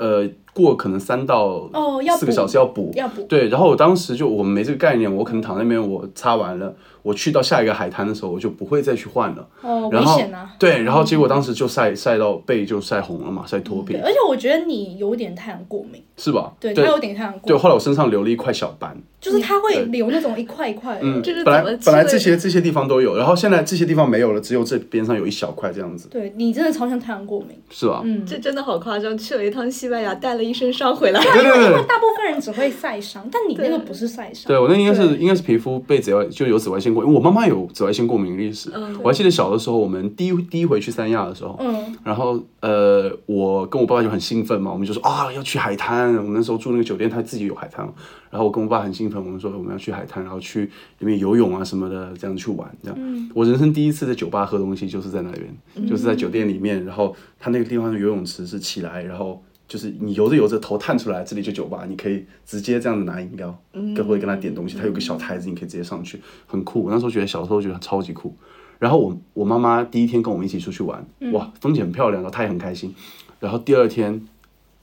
A: 呃，过可能三到
B: 哦要
A: 四个
B: 补
A: 小时要补，
B: 要补
A: 对，然后我当时就我没这个概念，我可能躺在那边我擦完了，我去到下一个海滩的时候我就不会再去换了，
B: 哦，危
A: 然后
B: 险啊！
A: 对，然后结果当时就晒晒到背就晒红了嘛，晒脱皮
B: 对，而且我觉得你有点太阳过敏，
A: 是吧？
B: 对，
A: 对
B: 他有点太阳过
A: 对，
B: 敏，
A: 后来我身上留了一块小斑，
B: 就是他会
A: 对
B: 留那种一块一块的，
A: 嗯
C: 这是，
A: 本来
C: 怎么治
A: 本来
C: 的
A: 这些这些地方都有，然后现在这些地方没有了，只有这边上有一小块这样子，
B: 对你真的超像太阳过敏，
A: 是吧？
B: 嗯，
C: 这真的好夸张！去了一趟西班牙，带了一身伤回来。
A: 对对对
B: 因
A: 对
B: 为。大部分人只会晒伤，但你那个不是晒伤，
A: 对，我那应该是
B: 对
A: 应该是皮肤被紫外就有紫外线过敏，因为我妈妈有紫外线过敏历史。
C: 嗯
A: 我还记得小的时候，我们第一第一回去三亚的时候，
B: 嗯，
A: 然后呃，我跟我爸爸就很兴奋嘛，我们就说啊要去海滩。我们那时候住那个酒店，他自己有海滩，然后我跟我爸很兴奋，我们说我们要去海滩，然后去里面游泳啊什么的，这样去玩。这样，我人生第一次在酒吧喝东西，就是在那边，就是在酒店里面，然后他那个地方的游泳池是起来，然后。就是你游着游着头探出来，这里就酒吧，你可以直接这样子拿饮料，跟或者跟他点东西，他有个小台子，你可以直接上去，很酷。我那时候觉得小时候觉得超级酷。然后我我妈妈第一天跟我们一起出去玩，哇，风景很漂亮，然后她也很开心。然后第二天，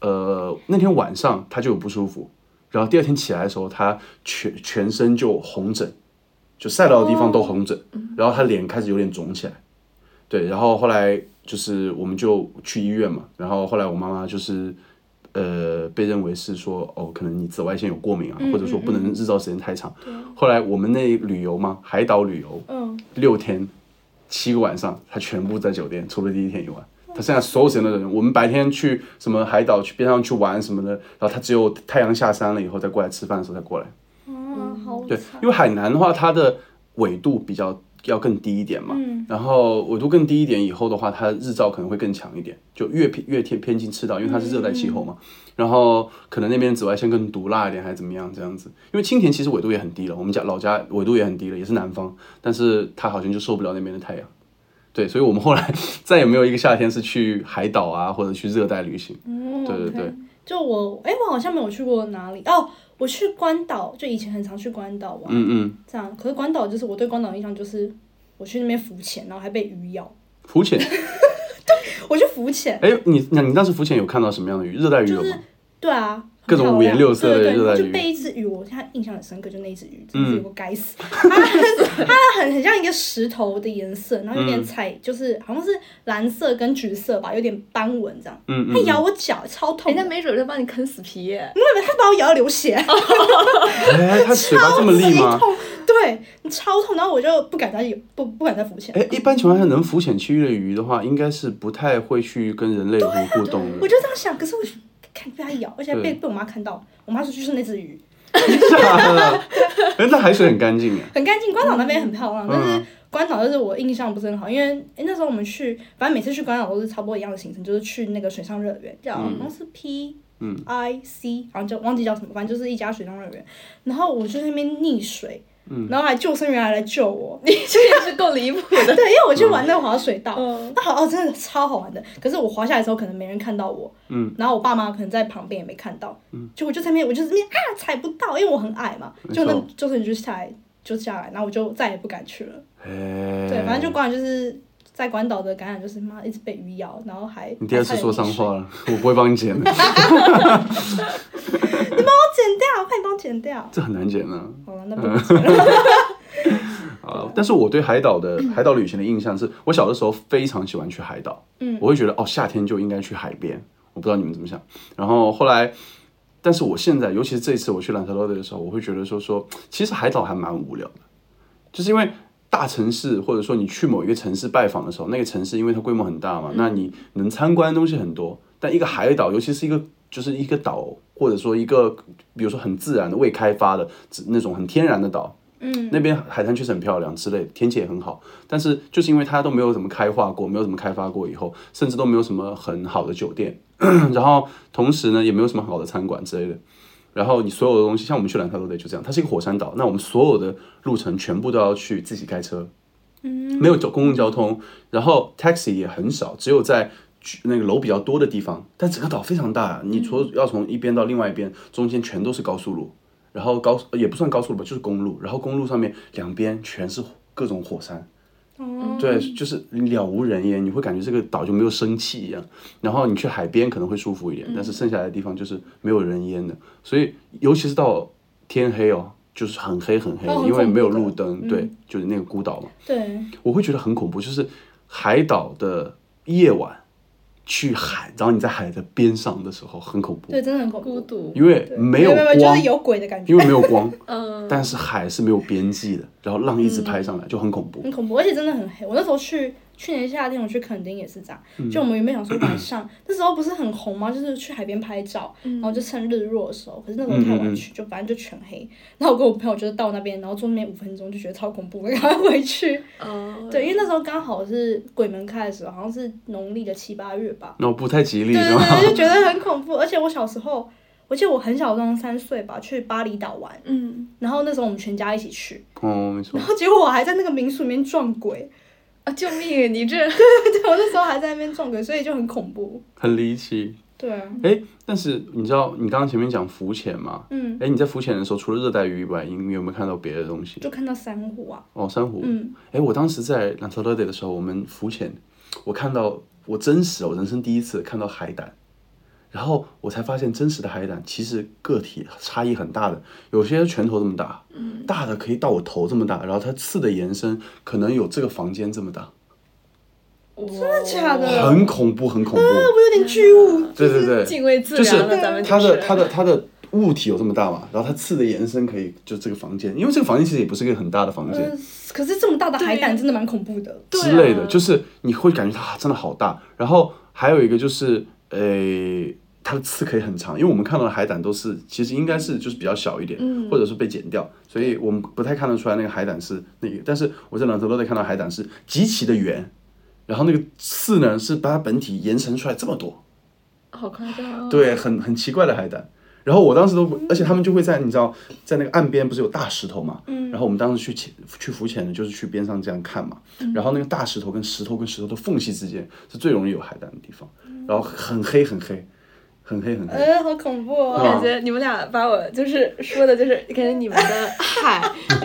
A: 呃，那天晚上她就有不舒服，然后第二天起来的时候，她全全身就红疹，就晒到的地方都红疹，然后她脸开始有点肿起来。对，然后后来就是我们就去医院嘛，然后后来我妈妈就是。呃，被认为是说哦，可能你紫外线有过敏啊，或者说不能日照时间太长。后来我们那旅游嘛，海岛旅游，
B: 嗯，
A: 六天，七个晚上，他全部在酒店，除了第一天以外，他剩下所有时间都在酒店。我们白天去什么海岛去边上去玩什么的，然后他只有太阳下山了以后再过来吃饭的时候才过来。
B: 啊，好
A: 对
B: 惨，
A: 因为海南的话，它的纬度比较要更低一点嘛，然后纬度更低一点以后的话，它日照可能会更强一点，就越偏越偏偏近赤道，因为它是热带气候嘛，然后可能那边紫外线更毒辣一点，还是怎么样这样子。因为青田其实纬度也很低了，我们家老家纬度也很低了，也是南方，但是它好像就受不了那边的太阳。对，所以我们后来再也没有一个夏天是去海岛啊，或者去热带旅行。
B: 嗯
A: 对对对
B: OK 就我，哎，我好像没有去过哪里哦，我去关岛，就以前很常去关岛玩，
A: 嗯嗯，
B: 这样。可是关岛就是我对关岛的印象就是，我去那边浮潜，然后还被鱼咬。
A: 浮潜。
B: 我去浮潜，
A: 哎，你那你当时浮潜有看到什么样的鱼？热带鱼有
B: 就
A: 吗？
B: 是对啊，
A: 各种
B: 很漂亮
A: 五颜六色的
B: 对对
A: 热带
B: 对，
A: 鱼
B: 就被一只鱼，我现在印象很深刻，就那一只鱼，真
A: 嗯
B: 的是有个该死，它它很很像一个石头的颜色，然后有点
A: 嗯
B: 彩，就是好像是蓝色跟橘色吧，有点斑纹这样。
A: 嗯嗯
B: 它咬我脚，超痛 的，
C: 人家
B: 因
C: 哎没准儿就帮你啃死皮耶。
B: 为它把我咬到流血。
A: 哎，它嘴哦巴这么 利吗？
B: 痛，对，超痛，然后我就不敢再游，不不敢再浮潜。
A: 哎，一般情况下能浮潜区域的鱼的话，应该是不太会去跟人类有什么互动
B: 啊我
A: 的。
B: 就这样想，可是我看被它咬，而且还
A: 对
B: 被被我妈看到，我妈说就是那只鱼，
A: 假的？哎，那海水很干净哎。
B: 很干净。关岛那边很漂亮，但
A: 嗯
B: 是关岛就是我印象不是很好，因为诶那时候我们去，反正每次去关岛都是差不多一样的行程，就是去那个水上乐园，叫好像是 P。
A: 嗯
B: I C，好像叫忘记叫什么，反正就是一家水上乐园。然后我就在那边溺水，
A: 嗯
B: 然后还救生员还来救我。
C: 你 这也是够离谱的。
B: 对，因为我去玩那个滑水道，
C: 嗯
B: 那好哦，真的超好玩的。可是我滑下来的时候，可能没人看到我，
A: 嗯，
B: 然后我爸妈可能在旁边也没看到，嗯，就我就在那边，我就在那边啊踩不到，因为我很矮嘛，
A: 没
B: 就那
A: 错
B: 就是你就下来就下来，然后我就再也不敢去了。
A: 哎，
B: 对，反正就关岛就是在关岛的感染就是妈一直被鱼咬，然后还
A: 你第二次说脏，话了，我不会帮你剪的，
B: 还差点溺水剪掉，快点帮我剪掉。
A: 这很难剪啊。
B: 好了，那不剪了。
A: 啊，但是我对海岛的海岛旅行的印象是，我小的时候非常喜欢去海岛，
B: 嗯
A: 我会觉得哦，夏天就应该去海边，我不知道你们怎么想。然后后来，但是我现在，尤其是这次我去兰萨洛特的时候，我会觉得说说，其实海岛还蛮无聊的，就是因为大城市或者说你去某一个城市拜访的时候，那个城市因为它规模很大嘛，那你能参观的东西很多，但一个海岛，尤其是一个就是一个岛，或者说一个比如说很自然的未开发的只那种很天然的岛，
B: 嗯，
A: 那边海滩确实很漂亮之类的，天气也很好，但是就是因为它都没有怎么开化过，没有怎么开发过，以后甚至都没有什么很好的酒店， 然后同时呢也没有什么好的餐馆之类的。然后你所有的东西，像我们去兰塔多德就这样，它是一个火山岛，那我们所有的路程全部都要去自己开车，没有交公共交通，然后 taxi 也很少，只有在居那个楼比较多的地方。但整个岛非常大，你从要从一边到另外一边，中间全都是高速路，然后高也不算高速路吧，就是公路，然后公路上面两边全是火各种火山，
B: 哦，
A: 对，就是了无人烟，你会感觉这个岛就没有生气一样。然后你去海边可能会舒服
B: 嗯
A: 一点，但是剩下来的地方就是没有人烟的，所以尤其是到天黑哦，就是很黑很黑，
B: 哦很
A: 因为没有
B: 恐怖
A: 路
B: 的嗯
A: 灯，对，就是那个孤岛嘛，
B: 对，
A: 我会觉得很恐怖，就是海岛的夜晚去海，然后你在海的边上的时候很恐怖，
B: 对，真的很恐怖，
C: 孤独，
A: 因为没有
B: 没有，就
A: 光
B: 是，有鬼的感觉
A: 因，为没有 光，
C: 嗯，
A: 但是海是没有边际的，然后浪一直拍上来就很恐怖。
B: 很嗯恐怖，而且真的很黑。我那时候去去年夏天我去垦丁也是这样，就我们原本想说晚上，那时候不是很红吗？就是去海边拍照，然后就趁日落的时候，可是那时候太晚去，就反正就全黑。然后我跟我朋友就是到那边，然后坐那边五分钟就觉得超恐怖，赶快回去。
C: 哦，
B: 对，因为那时候刚好是鬼门开的时候，好像是农历的七八月吧。
A: 那我不太吉利
B: 对
A: 是
B: 对
A: 吧？
B: 对，就觉得很恐怖。而且我小时候，我记得我很小，刚三岁吧，去巴厘岛玩，
C: 嗯，
B: 然后那时候我们全家一起去，
A: 哦，没错
B: 然。后 结果我还在那个民宿里面撞鬼，
C: 啊，救命！你这
B: 对我那时候还在那边撞鬼，所以就很恐怖。
A: 很离奇。
B: 对啊，
A: 哎，但是你知道，你刚刚前面讲浮潜嘛？
B: 嗯，
A: 哎，你在浮潜的时候，除了热带鱼以外，你你有没有看到别的东西？
B: 就看到珊瑚啊，
A: 哦，珊瑚。
B: 嗯。
A: 哎，我当时在兰特勒德的时候，我们浮潜，我看到我真实，我人生第一次看到海胆，然后我才发现真实的海胆其实个体差异很大的，有些拳头这么大，大的可以到我头这么大，然后它刺的延伸可能有这个房间这么大，
C: 真
B: 真的假的？
A: 很恐怖，很恐怖。
B: 那不有点巨物？
A: 对对对，
C: 敬畏自
A: 就
C: 然
A: 是
C: 了，咱们
A: 它
C: 就是
A: 的它的它的物体有这么大嘛，然后它刺的延伸可以就这个房间，因为这个房间其实也不是一个很大的房间
B: 嗯，可是这么大的海胆
C: 对
B: 真的蛮恐怖的。
C: 对
A: 之类的，
C: 啊
A: 就是你会感觉它、啊真的好大。然后还有一个就是，诶、它的刺可以很长，因为我们看到的海胆都是其实应该是就是比较小一点，
C: 嗯
A: 或者是被剪掉，所以我们不太看得出来那个海胆是那个。但是我在朗德洛特看到海胆是极其的圆，然后那个刺呢是把它本体延伸出来这么多。
C: 好夸张、哦，
A: 对，很很奇怪的海胆。然后我当时都不，而且他们就会在你知道，在那个岸边不是有大石头嘛，嗯，然后我们当时去潜去浮潜的，就是去边上这样看嘛，
B: 嗯
A: 然后那个大石头跟石头跟石头的缝隙之间是最容易有海胆的地方，然后很黑很黑，很黑很黑，
B: 嗯呃，好恐怖
C: 我
B: 哦！
A: 嗯
C: 感觉你们俩把我就是说的，就是感觉你们的 海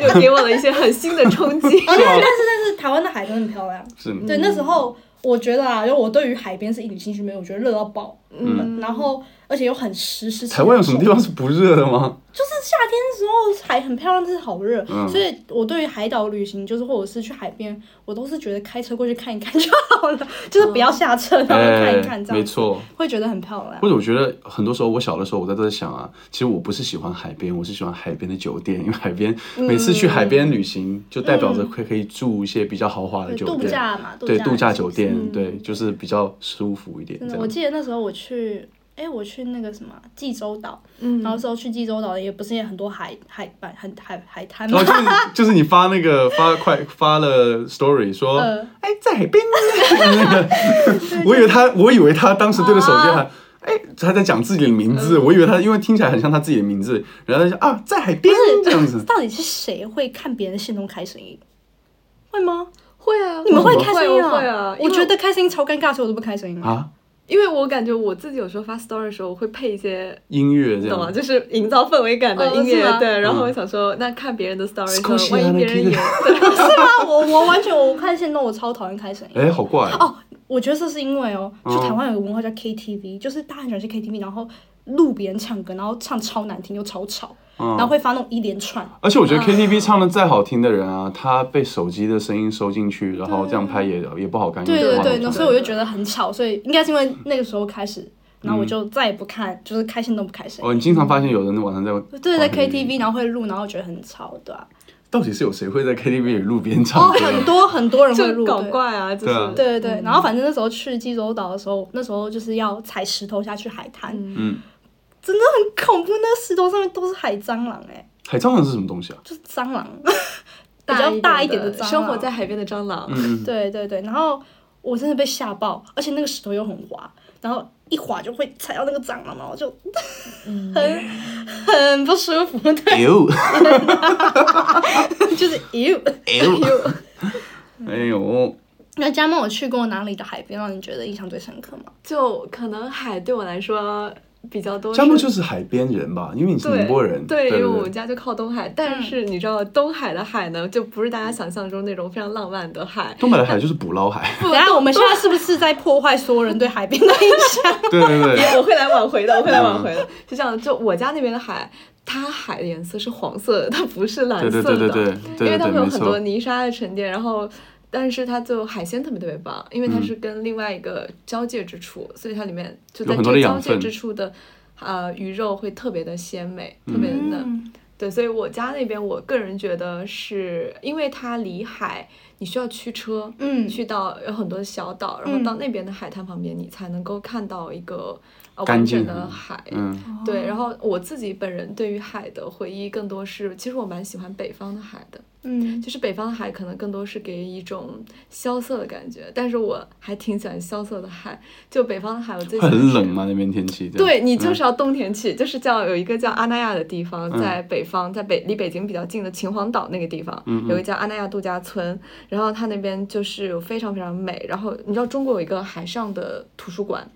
C: 又给我了一些很新的冲击。
B: 但是但是但是台湾的海真的很漂亮。
A: 是吗？
B: 对，那时候我觉得啊，因为我对于海边是一点兴趣没有，我觉得热到爆。嗯，然后而且又很湿湿气
A: 台湾有
B: 很
A: 什么地
B: 重
A: 方是不热的吗？
B: 就是夏天的时候海很漂亮，但是好热，
A: 嗯
B: 所以我对于海岛旅行，就是或者是去海边，我都是觉得开车过去看一看就好了， 就是不要下车，然后看一看这样子，
A: 嗯哎没错。
B: 会觉得很漂亮
A: 或。者我觉得很多时候，我小的时候我在都在想啊，其实我不是喜欢海边，我是喜欢海边的酒店，因为海边
B: 嗯
A: 每次去海边旅行，就代表着可以可以住一些比较豪华的
B: 对
A: 酒
B: 度
A: 店，
B: 假嘛，
A: 对度假
B: 其实
A: 酒店，对，就是比较舒服一点
B: 嗯真
A: 这
B: 的，我
A: 样。
B: 记得那时候我去，哎，我去那个什么济州岛，
C: 嗯
B: 然后那时候去济州岛也不是也很多海海板、很海海滩
A: 然
B: 嘛
A: 后，就是就是你发那个发快发了 story 说，
B: 嗯
A: 哎，在海边，那个，我以为他我以为他当时对着手机
B: 啊
A: 喊，哎，他在讲自己的名字，
B: 嗯
A: 我以为他因为听起来很像他自己的名字，然后他就啊在海边 这样子，
B: 到底是谁会看别人的线动开声音？会吗？
C: 会啊，
B: 你们会开声音
C: 我会啊，因
B: 我
C: 为
B: 觉得开声音超尴尬，所以我都不开声音了。
A: 啊
C: 因为我感觉我自己有时候发 story 的时候，我会配一些。
A: 音乐这
C: 懂吗？
A: 样。
C: 就是营造氛围感的
B: 哦
C: 音乐，
B: 是吗
C: 对。然后
A: 嗯
C: 我想说，那看别人的 story 的时
A: Squishy 啊
C: 候，万一别 人也
A: Anakita
C: 对
B: 是吗？我我完全我看线动，我超讨厌开声音。
A: 哎，好怪哦！
B: 哦，我觉得这是因为哦，就台湾有个文化叫 KTV，、就是大家很喜欢去 KTV，然后录别人唱歌，然后唱超难听又超吵，然后会发那种一连串。
A: 而且我
C: 嗯
A: 觉得 KTV 唱的再好听的人啊，他被手机的声音收进去，然后这样拍也
C: 嗯
A: 也不好看。
B: 对
A: 因为
B: 对
A: 不好
B: 对，
A: 听
B: 那所以我就觉得很吵，所以应该是因为那个时候开始，然后我就再也不看，就是开线动不开声音。
A: 哦，你经常发现有人晚上在
B: 对，在
A: 玩
B: KTV，然后会录，然后觉得很吵，对吧、
A: 到底是有谁会在 KTV 里路边
B: 哦，
A: 唱歌？
B: 很多很多人会
C: 就
B: 录，
C: 搞
B: 对
C: 怪啊，就
A: 对啊
C: 是
B: 对对对，然后反正那时候去济州岛的时候，那时候就是要踩石头下去海滩，
A: 嗯，
B: 真的很恐怖，那石头上面都是海蟑螂、哎，
A: 海蟑螂是什么东西啊？
B: 就是蟑螂， 比
C: 大
B: 较大一
C: 一
B: 点的
C: 的
B: 蟑螂，
C: 生活在海边的蟑螂，
A: 嗯，
B: 对对对，然后我真的被吓爆，而且那个石头又很滑，然后一滑就会踩到那个蟑螂，然后就
C: 嗯
B: 很、很不舒服，对，
A: 哎呦，
B: 就是 you。
A: 哎呦，
C: 嗯
A: 哎呦，
B: 那佳梦有去过哪里的海边让你觉得印象最深刻吗？
C: 就可能海对我来说比较多是。
A: 加坡就是海边人吧，因为你是
C: 对
A: 宁波人，对
C: 对，因为
A: 对
C: 我们家就靠东海，但是你知道东海的海呢，就不是大家想象中那种非常浪漫的海，
A: 东北的海就是捕捞 海，
B: 等一下 我们现在是不是在破坏所有人对海边的印 象？
A: 对对嗯对，
C: 我会来挽回的，我会来挽回的。是这样，就我家那边的海，它海的颜色是黄色的，它不是蓝
A: 对
C: 色
A: 对
C: 的，
A: 对对对对对
C: 因为它
A: 对
C: 会有
A: 没
C: 很多
A: 错，
C: 泥沙的沉淀，然后。但是它就海鲜特别特别棒，因为
A: 嗯
C: 它是跟另外一个交界之处，所以它里面就在
A: 有很多
C: 这
A: 的
C: 个交
A: 养
C: 界
A: 分
C: 之处的，呃，鱼肉会特别的鲜美，特别的
B: 嗯
C: 嫩。对，所以我家那边，我个人觉得是因为它离海，你需要驱车，
B: 嗯
C: 去到有很多小岛，然后
B: 嗯
C: 到那边的海滩旁边，你才能够看到一个呃
A: 干
C: 完整
A: 净
C: 的
A: 很
C: 海。
A: 嗯
C: 对，然
B: 哦
C: 后我自己本人对于海的回忆更多是，其实我蛮喜欢北方的海的，
B: 嗯，
C: 就是北方的海可能更多是给一种萧瑟的感觉，但是我还挺喜欢萧瑟的海。就北方的海，我最喜
A: 会
C: 欢
A: 很
C: 是
A: 冷嘛，那边天气这样，
C: 对你就
A: 嗯
C: 是要冬天去，就是叫有一个叫阿那亚的地方，
A: 嗯
C: 在北方，在北离北京比较近的秦皇岛那个地方，
A: 嗯
C: 有一个叫阿那亚度假村，然后它那边就是有非常非常美，然后你知道中国有一个海上的图书馆，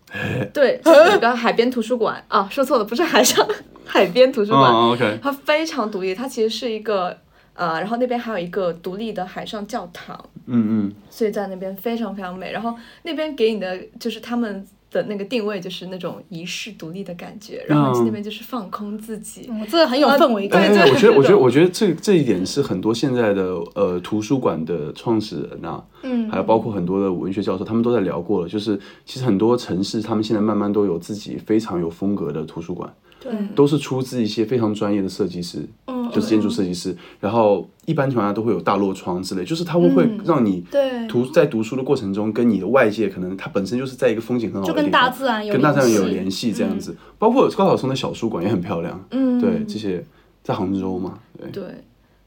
C: 对，就是有一个海边图书馆啊，说错了，不是海上， 海边图书馆，
A: 哦，OK，
C: 它非常独立，它其实是一个呃，然后那边还有一个独立的海上教堂，
A: 嗯嗯，
C: 所以在那边非常非常美。然后那边给你的就是他们的那个定位就是那种遗世独立的感觉，然后去
A: 嗯
C: 那边就是放空自己。
B: 嗯我这个很有氛围
C: 对
A: 哎
B: 感。
C: 就是
A: 我觉得，我觉得，我觉
C: 这种
A: 得这这一点是很多现在的呃图书馆的创始人啊，
B: 嗯
A: 还有包括很多的文学教授，他们都在聊过了。就是其实很多城市，他们现在慢慢都有自己非常有风格的图书馆，
B: 对，
C: 嗯
A: 都是出自一些非常专业的设计师，
B: 嗯
A: 就是建筑设计师。然后一般情况下都会有大落窗之类，就是它会
B: 嗯
A: 会让你
B: 对
A: 读在读书的过程中，跟你的外界可能它本身就是在一个风景很好的
B: 就
A: 地
B: 跟
A: 方，
B: 大自然有
A: 跟大自然有
B: 联嗯
A: 联系这样子。包括高晓松的小书馆也很漂亮，
C: 嗯
A: 对这些在杭州嘛，对。
C: 对，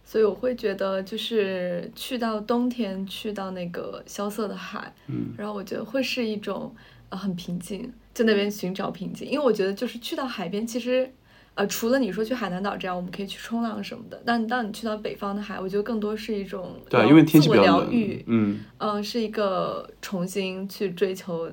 C: 所以我会觉得就是去到冬天，去到那个萧瑟的海，嗯，然后我觉得会是一种呃很平静，就那边寻找平静，因为我觉得就是去到海边，其实。呃，除了你说去海南岛这样，我们可以去冲浪什么的，但当你去到北方的海，我觉得更多是一种
A: 对，啊
C: 疗
A: 因为天气
C: 自
A: 比
C: 我
A: 较
C: 疗
A: 冷
C: 愈，，
A: 嗯，
C: 嗯，是一个重新去追求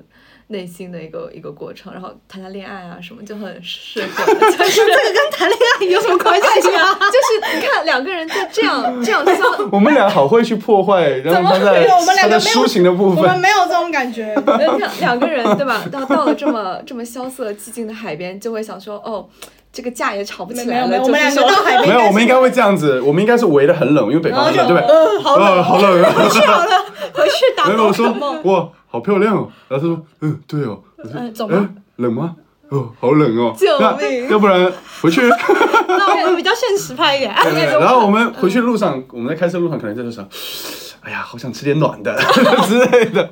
C: 内心的一个一个过程，然后谈谈恋爱啊什么就很适 合，就是
B: 跟谈恋爱有什么关系啊？
C: 就是你看两个人就这样这样相，
A: 我们俩好会去破坏，然后他在
B: 我们
A: 他
B: 两
A: 在
B: 个没
A: 抒
B: 有
A: 情的部
B: 我们
A: 分，
B: 没有这种感觉。
C: 两两个人对吧？到到了这么这么萧瑟寂静的海边，就会想说哦，这个架也吵不
B: 没
C: 起
B: 没
C: 来
B: 有
C: 了，
B: 没有，我
C: 就
B: 们
C: 是
B: 两个
C: 说
B: 到海边
A: 没有，我们应
B: 是
A: 该会这样子，我们应该是围的很冷，因为北
B: 然
A: 方
B: 后
A: 很
B: 就
A: 冷，对不对？
B: 呃好
A: 呃，好冷啊！
B: 好了，回去打
A: 然后
B: 宝
A: 我
B: 可
A: 说
B: 梦。
A: 哇，好漂亮哦，然后他说嗯，对哦，我说
B: 嗯，走吧
A: 哎。，冷吗？哦，好冷哦，
C: 救
A: 那
C: 命
A: 要不然回去。
B: 那我们比较现实派一点。
A: 对对对然后我们回去路上，我们在开车路上可能就是想，哎呀，好想吃点暖的 之类的。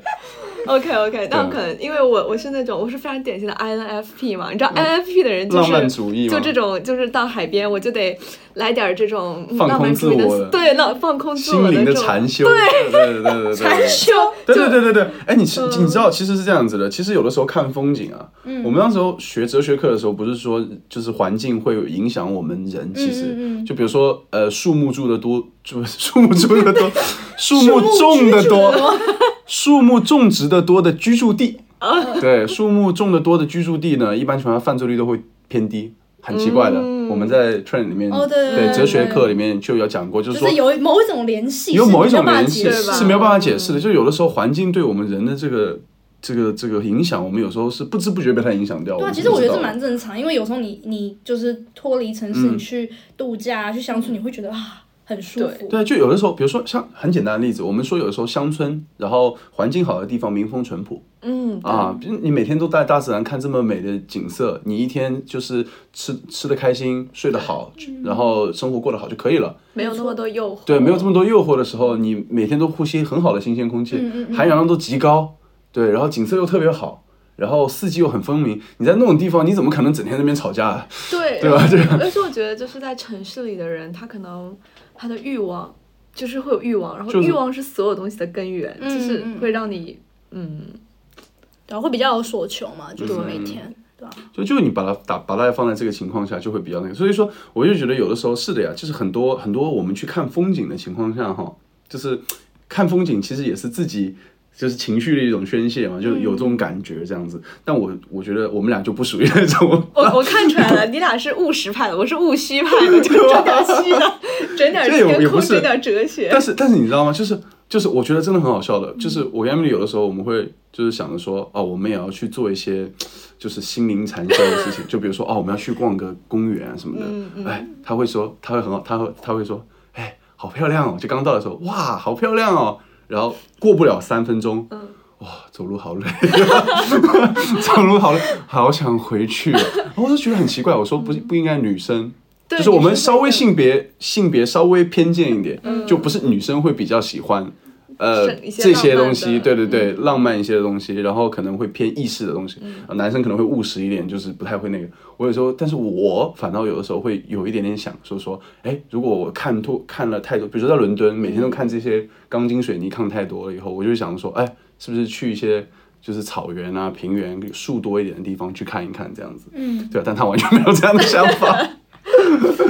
C: OK OK，但
A: 对
C: 可能因为我我是那种我是非常典型的 INFP 嘛，你知道 INFP 的人就
A: 嗯浪
C: 是
A: 漫主义嘛
C: 就这种就是到海边我就得来点儿这种嗯
A: 放空
C: 浪漫主义
A: 自我的
C: 的，对，浪放空自我
A: 心灵
C: 这
A: 的
C: 种
A: 禅修，对对对对对，
B: 禅修，
A: 对对对对对，哎，你知
B: 嗯
A: 你知道其实是这样子的，其实有的时候看风景啊，我们那时候学哲学课的时候，不是说就是环境会有影响我们人， 其实、
B: 嗯嗯
A: 就比如说呃，树木住的多， 就树木住的 多，树
B: 树
A: 木
B: 木
A: 种的
B: 居住
A: 多
B: 的，
A: 树木种植的多的居住地，
B: 哦
A: 对，树木种的多的居住地呢，一般情况下犯罪率都会偏低。很奇怪的，我们在 train 里面，
B: 嗯哦对对对
A: 哲学
B: 对
A: 课里面就有讲过，就是
B: 就
A: 说
B: 是有某一种联系，
A: 有
B: 是
A: 某一
B: 没
A: 种
B: 办法
A: 联
B: 解
A: 系
B: 释
A: 是没有办法解释
B: 嗯
A: 的。就有的时候环境对我们人的这个这个这个影响，我们有时候是不知不觉被它影响掉。
B: 对啊，
A: 们
B: 其实我觉得
A: 不
B: 这
A: 知道嗯
B: 蛮正常，因为有时候你你就是脱离城市，你去度假、去相处，你会觉得啊很舒服。
A: 对，就有的时候，比如说像很简单的例子，我们说有的时候乡村，然后环境好的地方，民风淳朴
C: 嗯
A: 啊，比如你每天都在大自然看这么美的景色，你一天就是吃吃的开心，睡得好，
B: 嗯
A: 然后生活过得好就可以了。
C: 没有那么多诱惑，
A: 对，没有这么多诱惑的时候，你每天都呼吸很好的新鲜空气，含氧量都极高，对，然后景色又特别好，然后四季又很分明。你在那种地方，你怎么可能整天在那边吵架啊？
C: 对
A: 对吧
C: 然后
A: 这
C: 而且我觉得就是在城市里的人，他可能他的欲望就是会有欲望，然后
A: 就是
C: 欲望是所有东西的根源，
B: 嗯
C: 就是
B: 嗯
C: 会让你嗯
B: 对啊，会比较有所求嘛，就是每天。对啊，
A: 就就你把它打把它放在这个情况下，就会比较那个。所以说，我就觉得有的时候是的呀，就是很多很多我们去看风景的情况下哈，就是看风景其实也是自己就是情绪的一种宣泄嘛，就有这种感觉这样子。但我我觉得我们俩就不属于那种，
C: 我我看出来了，你俩是务实派的，我是务虚派的，就是整点虚的，整点
A: 啊这也也
C: 天
A: 不
C: 空，
A: 是
C: 整点哲学
A: 但。是但是你知道吗？就是就是我觉得真的很好笑的，就是我跟 Emily 有的时候我们会就是想着说，哦，我们也要去做一些就是心灵禅修的事情，就比如说哦，我们要去逛个公园啊什么的。哎，他会说，他会很好，他会他会说，哎，好漂亮哦！就刚到的时候，哇，好漂亮哦！然后过不了三分钟，
C: 嗯
A: 哇，走路好累， 走路好累，好想回去哦。然后我就觉得很奇怪，我说不不应该女生。
C: 嗯对
A: 就是我们
C: 女生
A: 稍微
C: 会嗯
A: 性别性别稍微偏见一点，就不是女生会比较喜欢，呃，
C: 是一些
A: 这些
C: 浪漫
A: 东西，
C: 的嗯
A: 对对对，浪漫一些的东西，然后可能会偏意识的东西，呃男生可能会务实一点，就是不太会那个。我有时候，但是我反倒有的时候会有一点点想说说，哎，如果我看多看了太多，比如说在伦敦每天都看这些钢筋水泥看太多了以后，我就想说，哎，是不是去一些就是草原啊、平原树多一点的地方去看一看这样子？
B: 嗯，
A: 对啊，但他完全没有这样的想法。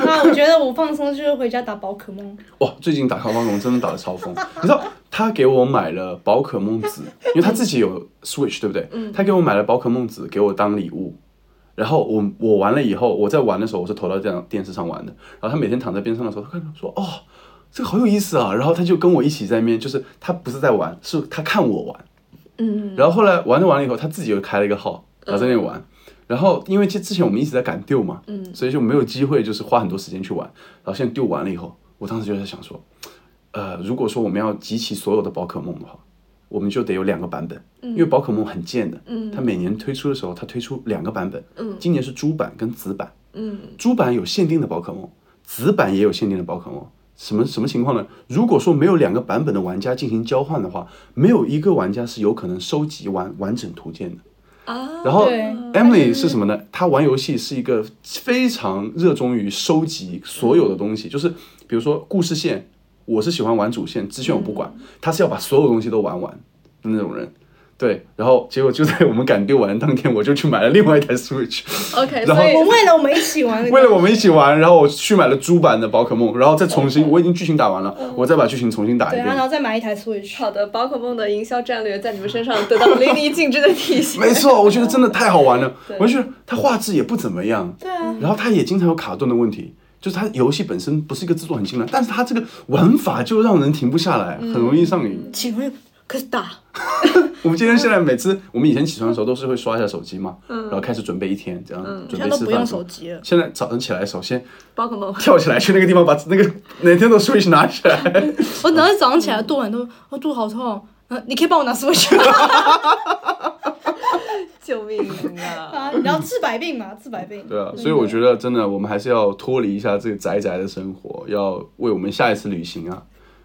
B: 那我觉得我放松就是回家打宝可梦，
A: 哇，最近打卡方龙真的打的超 疯，你知道他给我买了宝可梦紫，因为他自己有 Switch 对不对？
C: 嗯
A: 他给我买了宝可梦紫给我当礼物，然后我我玩了以后，我在玩的时候我是投到这样电视上玩的，然后他每天躺在边上的时候，他看到说哦，这个好有意思啊，然后他就跟我一起在那边，就是他不是在玩，是他看我玩，
C: 嗯，
A: 然后后来玩着玩了以后，他自己又开了一个号，然后在那里玩。然后因为这之前我们一直在赶丢嘛，
C: 嗯
A: 所以就没有机会就是花很多时间去玩。然后现在丢完了以后，我当时就在想说，呃，如果说我们要集齐所有的宝可梦的话，我们就得有两个版本，因为宝可梦很贱的，
C: 嗯
A: 它每年推出的时候，它推出两个版本，
C: 嗯
A: 今年是朱版跟紫版，
C: 嗯
A: 朱版有限定的宝可梦，紫版也有限定的宝可梦。什么什么情况呢？如果说没有两个版本的玩家进行交换的话，没有一个玩家是有可能收集完完整图鉴的。
C: 啊，
A: 然后
B: 对
A: Emily 是什么呢？她玩游戏是一个非常热衷于收集所有的东西，就是比如说故事线，我是喜欢玩主线，支线我不管，她是要把所有东西都玩完的那种人。对，然后结果就在我们赶丢完当天，我就去买了另外一台 Switch，
C: OK，
A: 然后
C: 所以
B: 我为了我们一起玩的，
A: 为了我们一起玩，然后我去买了猪版的宝可梦，然后再重新，我已经剧情打完了，我再把剧情重新打一
B: 对，然后
A: 遍。
B: 再买一台 Switch，
C: 好的，宝可梦的营销战略在你们身上得到淋漓尽致的体现。
A: 没错，我觉得真的太好玩了，我就觉得它画质也不怎么样，
B: 对啊，
A: 然后它也经常有卡顿的问题，就是它游戏本身不是一个制作很精良，但是它这个玩法就让人停不下来，
B: 嗯
A: 很容易上瘾。
B: 请问
C: 可是打，
A: 我们今天现在每次我们以前起床的时候都是会刷一下手机嘛，然后开始准备一天，这样准
B: 嗯现在
A: 备
B: 都
A: 吃
B: 不用
A: 饭什
B: 手
A: 么。
B: 机了，
A: 现在早上起来，首先
C: 宝可梦
A: 跳起来去那个地方，把那个 Nintendo Switch 拿起来，
B: 我等到早上起来肚很痛，我肚好痛，呃，你可以帮我拿 Switch 吗？
C: 救命啊！
B: 啊，然后治百病嘛，治百病。嗯
A: 对啊，所以我觉得真的，我们还是要脱离一下这个宅宅的生活，要为我们下一次旅行啊，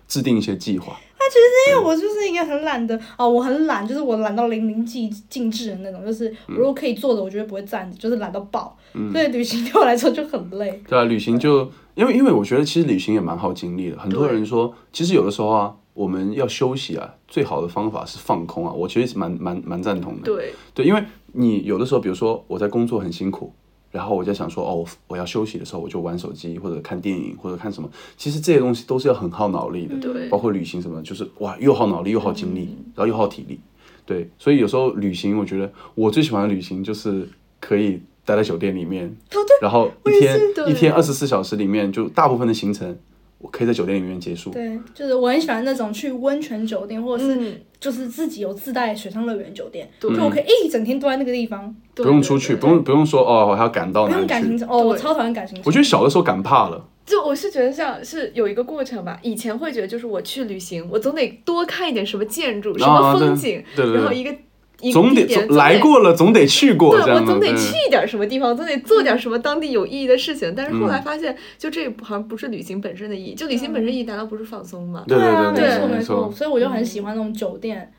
A: 制定一些计划。
B: 那其实因为我就是一个很懒的哦，我很懒，就是我懒到淋漓尽尽致的那种，就是
A: 嗯
B: 我如果可以坐着，我绝对不会站着，就是懒到爆。所以旅行对我来说就很累。
A: 对啊，旅行就因为因为我觉得其实旅行也蛮耗精力的。很多人说，其实有的时候啊，我们要休息啊，最好的方法是放空啊。我其实蛮蛮蛮赞同的。
C: 对，
A: 对，因为你有的时候，比如说我在工作很辛苦，然后我在想说，哦，我我要休息的时候，我就玩手机或者看电影或者看什么。其实这些东西都是要很耗脑力的，
C: 对嗯
A: 包括旅行什么，就是哇，又耗脑力又耗精力，然后又耗体力。对，所以有时候旅行，我觉得我最喜欢的旅行就是可以待在酒店里面，
C: 哦
A: 然后一天
C: 对
A: 一天二十四小时里面，就大部分的行程我可以在酒店里面结束。
B: 对，就是我很喜欢那种去温泉酒店，或者是
C: 嗯
B: 就是自己有自带水上乐园酒店，就
C: 对
B: 我可以一整天都在那个地方，
A: 不用出去，不用不用说哦，我还要赶到
B: 不
A: 哪
B: 用
A: 里
B: 赶行
A: 去。
B: 程。哦，我
C: 对
B: 超讨厌赶行程。
A: 我觉得小的时候赶怕了，
C: 就我是觉得这样是有一个过程吧。以前会觉得就是我去旅行，我总得多看一点什么建筑、什
A: 啊
C: 么
A: 对
C: 风景，
A: 对对对
C: 然后一个一个
A: 总
C: 地
A: 得
C: 点
A: 总来。过了，总得去过，
C: 总
A: 这
C: 对，
A: 样
C: 我
A: 的。嗯
C: 总得
A: 对
C: 去一点什么地方，总得做点什么当地有意义的事情。但是后
A: 嗯
C: 来发现，就这好像不是旅行本身的意义。就旅行本身意义，难道不是放松吗？
A: 对
B: 啊，
A: 对
B: 没错
A: 没
B: 没
A: 错
B: 错，。所以我就很喜欢那种酒店，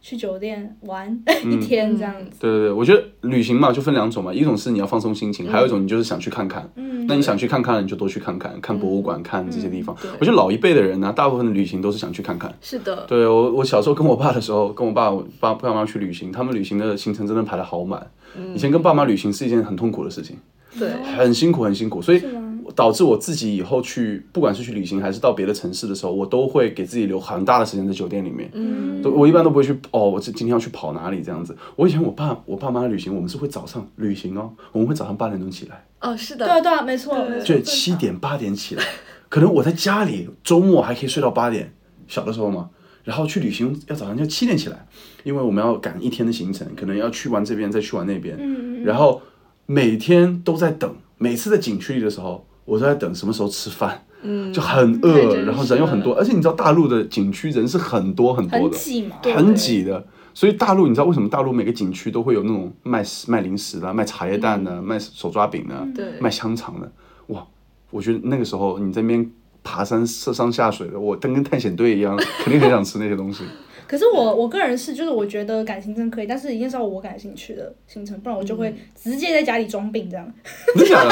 B: 去酒店玩
A: 嗯
B: 一天这样子。
A: 对对对，我觉得旅行嘛，就分两种嘛，一种是你要放松心情，
C: 嗯
A: 还有一种你就是想去看看。
B: 嗯
A: 那你想去看看，你就多去看看，看博物馆，看这些地方
C: 对。
A: 我觉得老一辈的人呢、啊大部分的旅行都是想去看看。
C: 是的，
A: 对我，我小时候跟我爸的时候，跟我爸、我爸、爸妈去旅行，他们旅行的行程真的排的好满。以前跟爸妈旅行是一件很痛苦的事情，
C: 对，
A: 很辛苦，很辛苦。所以
B: 吗
A: 我导致我自己以后去，不管是去旅行还是到别的城市的时候，我都会给自己留很大的时间在酒店里面。
C: 嗯
A: 都我一般都不会去哦，我这今天要去跑哪里这样子。我以前我爸我爸妈旅行，我们是会早上旅行哦，我们会早上八点钟起来，
C: 哦，是
B: 对啊
C: 的，
B: 对啊，没错
C: 对
B: 没 错。
A: 就七点八点起来。可能我在家里周末还可以睡到八点，小的时候嘛。然后去旅行要早上就七点起来，因为我们要赶一天的行程，可能要去完这边再去完那边。
B: 嗯嗯嗯
A: 然后每天都在等，每次在景区里的时候，我都在等什么时候吃饭，
C: 嗯，
A: 就很
C: 太
A: 饿，
C: 真
A: 然后
C: 实
A: 人又很
C: 了
A: 多，而且你知道大陆的景区人是很多很多
B: 很
A: 的，
B: 挤嘛，
C: 对
A: 很挤的。所以大陆，你知道为什么大陆每个景区都会有那种卖卖零食的、卖茶叶蛋
C: 嗯
A: 的、卖手抓饼的、
C: 对
A: 卖香肠的？哇，我觉得那个时候你在那边爬山、上上下水的，我跟跟探险队一样，肯定很想吃那些东西。
B: 可是我我个人是，就是我觉得感情真可以，但是一定是要我感兴趣的行程，不然我就会直接在家里装病这样。
A: 真的假的？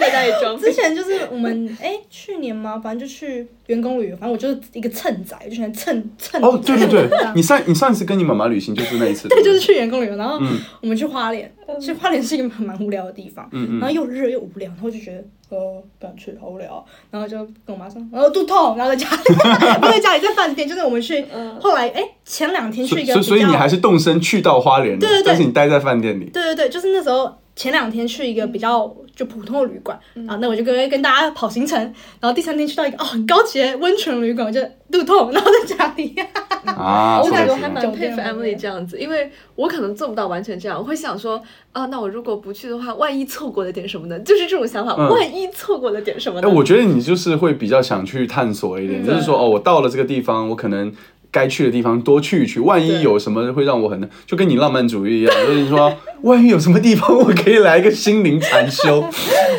C: 在那里装
B: 之前就是我 们哎、去年嘛，反正就去员工旅游，反正我就是一个蹭仔，我就喜欢蹭蹭。
A: 哦，对对
B: 蹭
A: 对
B: 人这，样
A: 你上你上一次跟你妈妈旅行就是那一次，
B: 对，就是
A: 不
B: 去员工旅游，然后
A: 嗯
B: 我们去花莲，其实花莲是一个很蛮无聊的地方，
A: 嗯
B: 然后
A: 嗯，
B: 又热又无聊，然后就觉得呃不想去，好无聊哦，然后就跟我妈说，呃肚痛，然后在家里， 不在家里在饭店，就是我们去，
C: 嗯
B: 后来哎前两天
A: 所
B: 去
A: 以
B: 一个
A: 所以所以
B: 比较
A: 你还是动身去到花莲的，
B: 对对对
A: 但是你待在饭店 里，
B: 对对对，就是那时候前两天去一个比较就普通的旅馆，然后那我就跟跟大家跑行程，然后第三天去到一个哦很高级的温泉旅馆，我就肚痛，然后在家里，
A: 啊，
C: 我
A: 说得
C: 感觉
A: 起
C: 还
A: 来
C: 蛮佩服
B: 酒店
C: Emily 这样子，因为我可能做不到完全这样，我会想说，啊，那我如果不去的话，万一错过了点什么呢？就是这种想法，
A: 嗯
C: 万一错过了点什么
A: 哎，
C: 呢？
A: 我觉得你就是会比较想去探索一点，
C: 嗯
A: 就是说哦，我到了这个地方，我可能。该去的地方多去一去，万一
C: 对
A: 有什么会让我很，就跟你浪漫主义一样，就是说，万一有什么地方我 可以来一个心灵禅 修，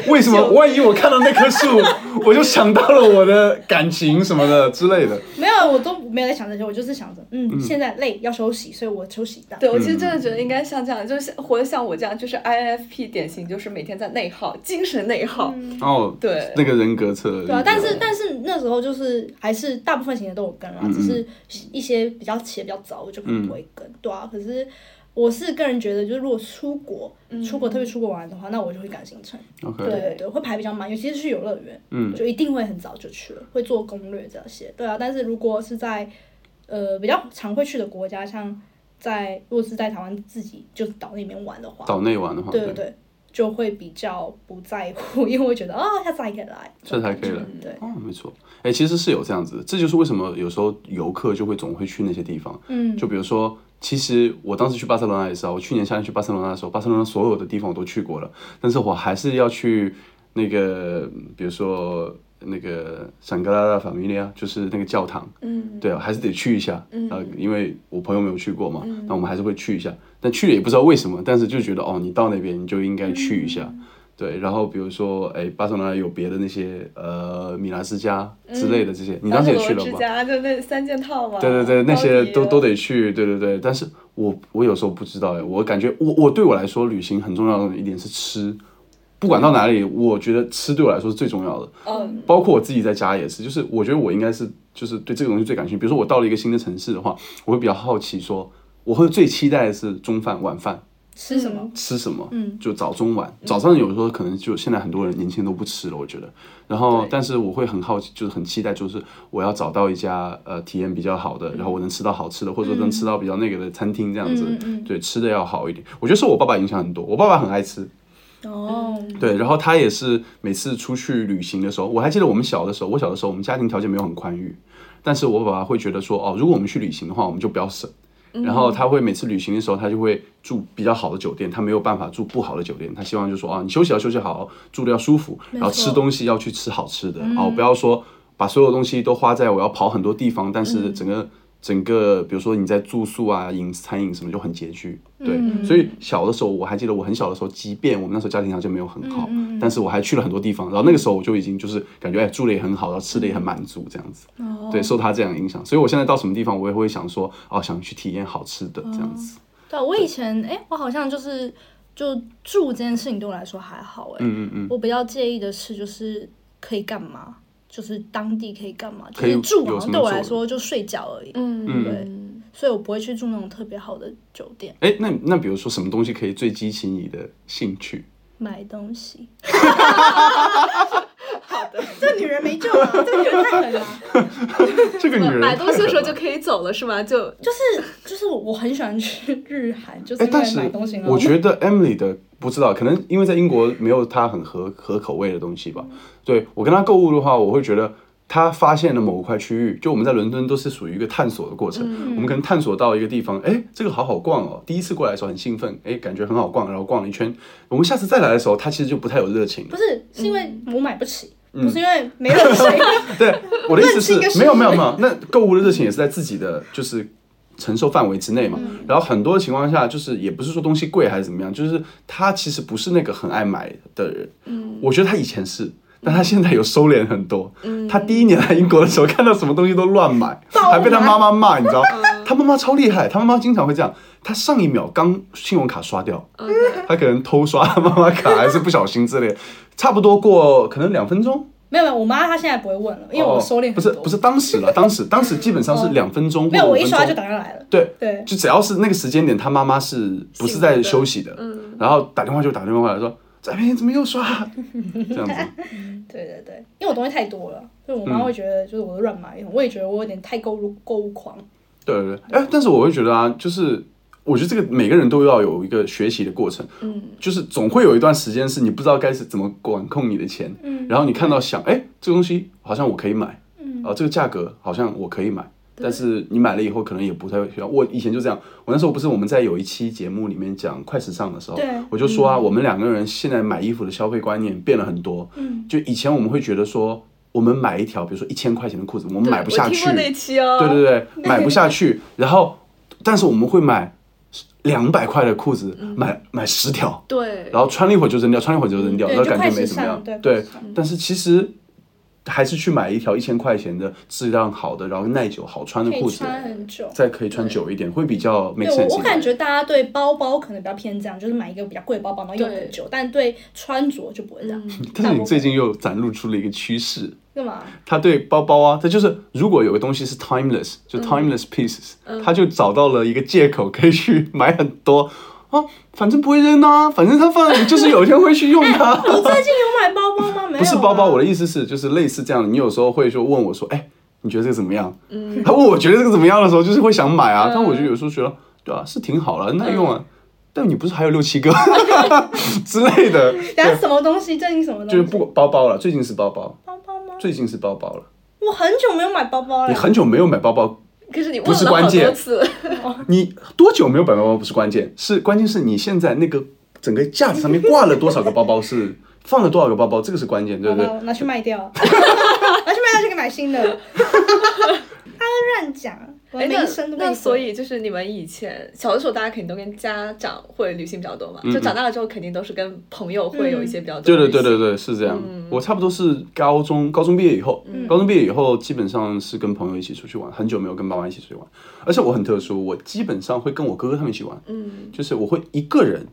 A: 为什么？万一我看到那棵树，我就想到了我的感情什么的之类的。
B: 没有我都没有在想这些，我就是想着嗯现在累要休息，所以我休息一下。
C: 对，我其实真的
A: 嗯
C: 觉得应该像这样，就是活得像我这样，就是 INFP 典型，就是每天在内耗，精神内耗。
A: 哦，
C: 对
A: 那个人格测，
B: 对啊，但是但是那时候就是还是大部分行程都有跟啦，啊
A: 嗯嗯
B: 只是一些比较起的比较早，我就可能不会跟。
A: 嗯
B: 对啊，可是我是个人觉得，就是如果出国，出国特别出国玩的话，那我就会赶行程。
A: OK，
B: 对对对，会排比较满，尤其是去游乐园，
A: 嗯
B: 就一定会很早就去了，会做攻略这些。对啊，但是如果是在呃比较常会去的国家，像在如果是在台湾自己就是岛那边玩的话，
A: 岛内玩的话，
B: 对对对，就会比较不在乎， 因为会觉得啊、下次还可以来，
A: 这才可以了。
B: 嗯对。
A: 哦，没错，哎，其实是有这样子的，这就是为什么有时候游客就会总会去那些地方。
B: 嗯，
A: 就比如说，其实我当时去巴塞罗那也是啊，我去年夏天去巴塞罗那的时候，巴塞罗那所有的地方我都去过了，但是我还是要去那个，比如说那个圣格拉大法米利亚，就是那个教堂，
C: 嗯，
A: 对啊，还是得去一下，
C: 嗯
A: 呃，因为我朋友没有去过嘛，那我们还是会去一下，但去了也不知道为什么，但是就觉得哦，你到那边你就应该去一下。
C: 嗯
A: 对，然后比如说，哎，巴塞罗那有别的那些，呃，米兰之家
C: 嗯
A: 之类的这些，你当时也去了
C: 之
A: 吧？
C: 家就那三件套嘛。
A: 对对对，
C: 哦
A: 那些都都
C: 得。
A: 得去，对对对。但是我我有时候不知道哎，我感觉我我对我来说，旅行很重要的一点是吃，不管到哪里，我觉得吃对我来说是最重要的。
C: 嗯
A: 包括我自己在家也是，就是我觉得我应该是就是对这个东西最感兴趣。比如说我到了一个新的城市的话，我会比较好奇说，我会最期待的是中饭晚饭。
B: 吃什么？
A: 吃什么，
B: 嗯
A: 就早中晚，早上有时候可能就现在很多人年轻人都不吃了，我觉得。然后
C: 对，
A: 但是我会很好奇，就是很期待，就是我要找到一家呃体验比较好的，然后我能吃到好吃的，或者说能吃到比较那个的餐厅这样子
B: 嗯嗯嗯，
A: 对，吃的要好一点。我觉得受我爸爸影响很多，我爸爸很爱吃，
B: 哦，
A: 对，然后他也是每次出去旅行的时候，我还记得我们小的时候，我小的时候我们家庭条件没有很宽裕，但是我爸爸会觉得说，哦，如果我们去旅行的话，我们就不要省。然后他会每次旅行的时候，他就会住比较好的酒店，他没有办法住不好的酒店。他希望就说啊，你休息要休息好，住的要舒服，然后吃东西要去吃好吃的、哦，不要说把所有东西都花在我要跑很多地方，但是整个、整个，比如说你在住宿啊、饮餐饮什么就很拮据。对，
B: 嗯
A: 所以小的时候我还记得，我很小的时候，即便我们那时候家庭条件没有很好，但是我还去了很多地方。然后那个时候我就已经就是感觉哎住的也很好，然后吃的也很满足这样子。
B: 哦
A: 对，受他这样影响，所以我现在到什么地方，我也会想说，哦，想去体验好吃的这样子。
B: 对啊，我以前哎、我好像就是就住这件事情对我来说还好哎、
A: 嗯嗯嗯，
B: 我比较介意的是就是可以干嘛，就是当地可以干嘛，就
A: 可以
B: 是住
A: 有
B: 好
A: 什么
B: 像对我
A: 做
B: 来
A: 的
B: 说就睡觉而已，
C: 嗯
B: 对，所以我不会去住那种特别好的酒店
A: 哎，那那比如说什么东西 可以最激起你的兴趣？
B: 买东西。
C: 好的，
B: 这女人没救了，这女人太狠了。
A: 这个女人
C: 买东西
A: 太
C: 的时候
A: 狠
C: 就
A: 了
C: 可以走了是吗？就
B: 就是就是我我很喜欢去日韩，就是
A: 哎，
B: 因
A: 但
B: 为
A: 是
B: 买东西很好
A: 我觉得 Emily 的不知道，可能因为在英国没有她很合合口味的东西吧。对我跟她购物的话，我会觉得她发现了某块区域，就我们在伦敦都是属于一个探索的过程。
B: 嗯
A: 我们可能探索到一个地方，哎，这个好好逛哦。第一次过来的时候很兴奋，哎，感觉很好逛，然后逛了一圈。我们下次再来的时候，她其实就不太有热情了
B: 不。是是因为我买不起，
A: 嗯
B: 不是因为 没人谁。
A: 对， 我的意思
B: 认清一个
A: 是，
B: 事
A: 没有
B: 实
A: 没有没有，那购物的热情也是在自己的就是承受范围之内嘛。
B: 嗯
A: 然后很多情况下，就是也不是说东西贵还是怎么样，就是他其实不是那个很爱买的人。嗯，我觉得他以前是。但他
B: 嗯
A: 现在有收敛很多。嗯，他第一年来英国的时候，看到什么东西都乱买，还被他妈妈骂，你知道？
B: 嗯
A: 他妈妈超厉害，他妈妈经常会这样。他上一秒刚信用卡刷掉，
B: 嗯
A: 他可能偷刷他妈妈卡，还是不小心之类的。差不多过可能两分钟，
B: 没有没有，我妈她现在不会问了，因为我收敛很
A: 哦不是
B: 多。哦
A: 不是当时 了，当时当时基本上是两分钟或
B: 没有，
A: 者五
B: 我
A: 分
B: 一
A: 钟
B: 刷就打电话来了。
A: 对
B: 对
A: 就只要是那个时间点，他妈妈是不是在休息的？
B: 嗯
A: 然后打电话就打电话来说，在边怎么又刷？ 这样子，
B: 对对对，因为我东西太多了，所以我妈
A: 嗯
B: 会觉得就是我乱买，我也觉得我有点太购入购物狂。
A: 对对对。哎，但是我会觉得啊，就是我觉得这个每个人都要有一个学习的过程，嗯，就是总会有一段时间是你不知道该是怎么管控你的钱，嗯，然后你看到想，哎，这个东西好像我可以买，嗯，啊，这个价格好像我可以买。但是你买了以后，可能也不太会需要。我以前就这样，我那时候不是我们在有一期节目里面讲快时尚的时候
B: 对，
A: 我就说啊，
C: 嗯
A: 我们两个人现在买衣服的消费观念变了很多。嗯，就以前我们会觉得说，我们买一条比如说一千块钱的裤子，我们嗯
C: 对
A: 买不下
C: 我
A: 去，
C: 听过那期哦，
A: 对对对，买不下去。然后，但是我们会买两百块的裤子，
C: 嗯
A: 买买十条，
C: 对
A: 然后穿了一会儿就扔掉，穿了一会儿就扔掉，
B: 嗯对
A: 那
B: 就
A: 感
B: 快
A: 觉没
B: 时
A: 怎么样
B: 尚。对快
A: 对
B: 时尚，
A: 但是其实还是去买一条一千块钱的质量好的，然后耐久好穿的
B: 可以
A: 裤子，
B: 穿很久。
A: 再可以穿久一点，会比较 make sense
B: 对
A: 一
B: 我，
A: 点。
B: 我感觉大家对包包可能比较偏这样，就是买一个比较贵的包包，然后用很久，但对穿着就不会这样。
A: 但是你最
B: 近
A: 近又展露出了一个趋势，
B: 干嘛？
A: 他对包包啊，他就是如果有个东西是 timeless，就
B: 嗯
A: timeless pieces，、他就找到了一个借口可以去 买很多啊，反正不会扔啊，反正他放在那里就是有一天会去用它。
B: 你最近有买包包吗？没有、啊
A: 不是包包，我的。意思是就是类似这样，你有时候会说问我说，哎，你觉得这个怎么样？
B: 嗯
A: 他问我觉得这个怎么样的时候，就是会想买啊，但我就有时候觉得，对啊，是挺好了，耐用啊。
B: 嗯
A: 但你不是还有六七个 之类的？
B: 等下什么东西？最近什么东西？
A: 就是不包包了，最近是包包，
B: 包包吗？
A: 最近是包包了。
B: 我很久没有买包包了。
A: 你很久没有买包包，
C: 可是你问
A: 不是
C: 了好
A: 关键
C: 多次，
A: 你多久没有摆包包不是关键，是关键是你现在那个整个架子上面挂了多少个包包，是放了多少个包包，这个是关键，对
B: 好
A: 不对
B: 吧，？我拿去卖掉， 拿去卖掉就可以买新的。他在乱讲，我
C: 哎，
B: 的
C: 那
B: 名声都被
C: 那
B: 你
C: 所以就是你们以前小的时候，大家肯定都跟家长会旅行比较多嘛，就长大了之后肯定都是跟朋友会有一些比较多
A: 嗯对对
C: 的旅行。
A: 对对对，是这
C: 嗯
A: 样。我差不多是高中高中毕业以后，高中毕业以后基本上是跟朋友一起出去玩，很久没有跟爸妈一起出去玩。而且我很特殊，我基本上会跟我哥哥他们一起玩，
C: 嗯
A: 就是我会一个人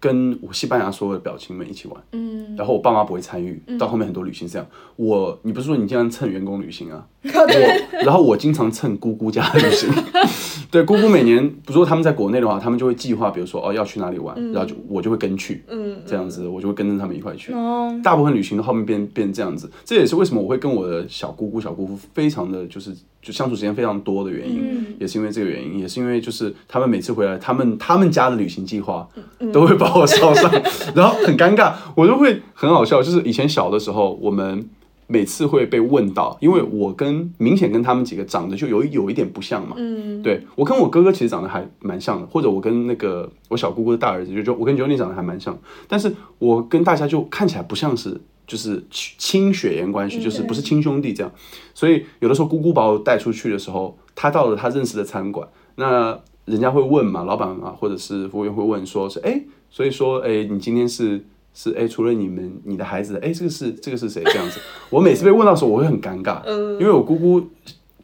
A: 跟我西班牙所有的表亲们一起玩。
C: 嗯，
A: 然后我爸妈不会参与，到后面很多旅行是这样。我，你不是说你经常蹭员工旅行 啊？
C: 哦
A: 我，然后我经常蹭姑姑家的旅行。 对，姑姑每年，如果他们在国内的话，他们就会计划，比如说哦要去哪里玩，然后就我就会跟去，
C: 嗯，
A: 这样子我就会跟着他们一块去。
B: 哦，
A: 大部分旅行到后面变变这样子，这也是为什么我会跟我的小姑姑、小姑父非常的就是就相处时间非常多的原因，
B: 嗯
A: 也是因为这个原因，也是因为就是他们每次回来，他们他们家的旅行计划都会把我捎上，然后很尴尬，我就会很好笑，就是以前小的时候我们。每次会被问到，因为我跟明显跟他们几个长得就有一有一点不像嘛，
C: 嗯
A: 对我跟我哥哥其实长得还蛮像的，或者我跟那个我小姑姑的大儿子，就就我跟 Johnny 长得还蛮像，但是我跟大家就看起来不像是就是亲亲血缘关系，就是不是亲兄弟这样。所以有的时候姑姑把我带出去的时候，她到了她认识的餐馆，那人家会问嘛，老板啊或者是服务员会问说是哎，所以说哎你今天是。是哎，除了你们，你的孩子，哎，这个是这个是谁？这样子， 我每次被问到的时候，我会很尴尬，
B: 嗯
A: 因为我姑姑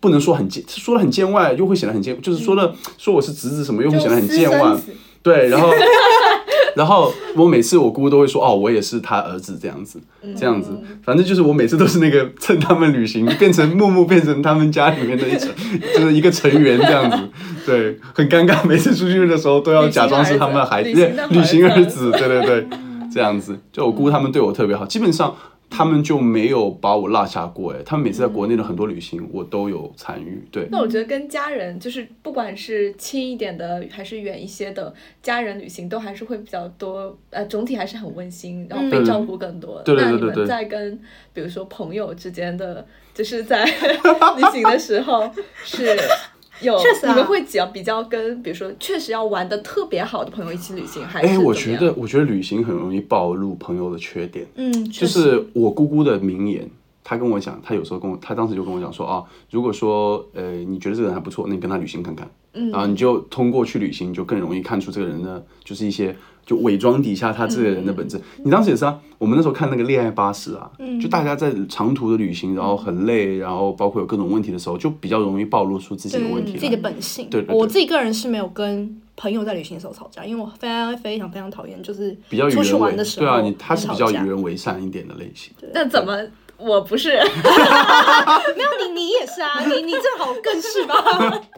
A: 不能说很见，说的很见外，又会显得很见，就是说的、说我是侄子什么，又会显得很见
B: 嗯就
A: 外
B: 私生子。
A: 对，然后 然后我每次我姑姑都会说哦，我也是他儿子这样子，这样子，反正就是我每次都是那个趁他们旅行，变成木木变成他们家里面的一成，就是一个成员这样子。对，很尴尬，每次出去的时候都要假装是他们的孩子，
C: 旅行的儿子
A: 旅行儿子，对对对，这样子。就我姑姑他们对我特别好，基本上他们就没有把我落下过哎，他们每次在国内的很多旅行我都有参与，对，
C: 那我觉得跟家人，就是不管是近一点的还是远一些的家人旅行，都还是会比较多，呃，总体还是很温馨，然后被
A: 嗯
C: 照顾更多。
A: 对对对
C: 那
A: 对
C: 你
A: 对
C: 们在跟比如说朋友之间的，就是在 旅行的时候 是。有，
B: 确实啊
C: 你们会比较比较跟，比如说，确实要玩的特别好的朋友一起旅行，还是
A: 哎，
C: 怎么
A: 我
C: 样
A: 觉得我觉得旅行很容易暴露朋友的缺点，
B: 嗯，
A: 就
B: 确实
A: 是我姑姑的名言，她跟我讲，她有时候跟我，她当时就跟我讲说啊，如果说呃你觉得这个人还不错，那你跟他旅行看看，嗯，然后你就通过去旅行，就更容易看出这个人的就是一些就伪装底下他这个人的
B: 嗯
A: 本质。你当时也是啊，我们那时候看那个《恋爱巴士》啊，就大家在长途的旅行，然后
B: 嗯
A: 很累，然后包括有各种问题的时候，就比较容易暴露出自己的问题
B: 自
A: 来。
B: 己的本性。
A: 对对对
B: 我自己个人是没有跟朋友在旅行的时候吵架，因为我非常非常非常讨厌就是
A: 比较与
B: 出去
A: 人为
B: 玩的时候
A: 对啊，你他是
B: 吵
A: 比较与
B: 架
A: 人为善一点的类型。
C: 那怎么我不是？
B: 没有你，你也是啊，你你正好更是吧？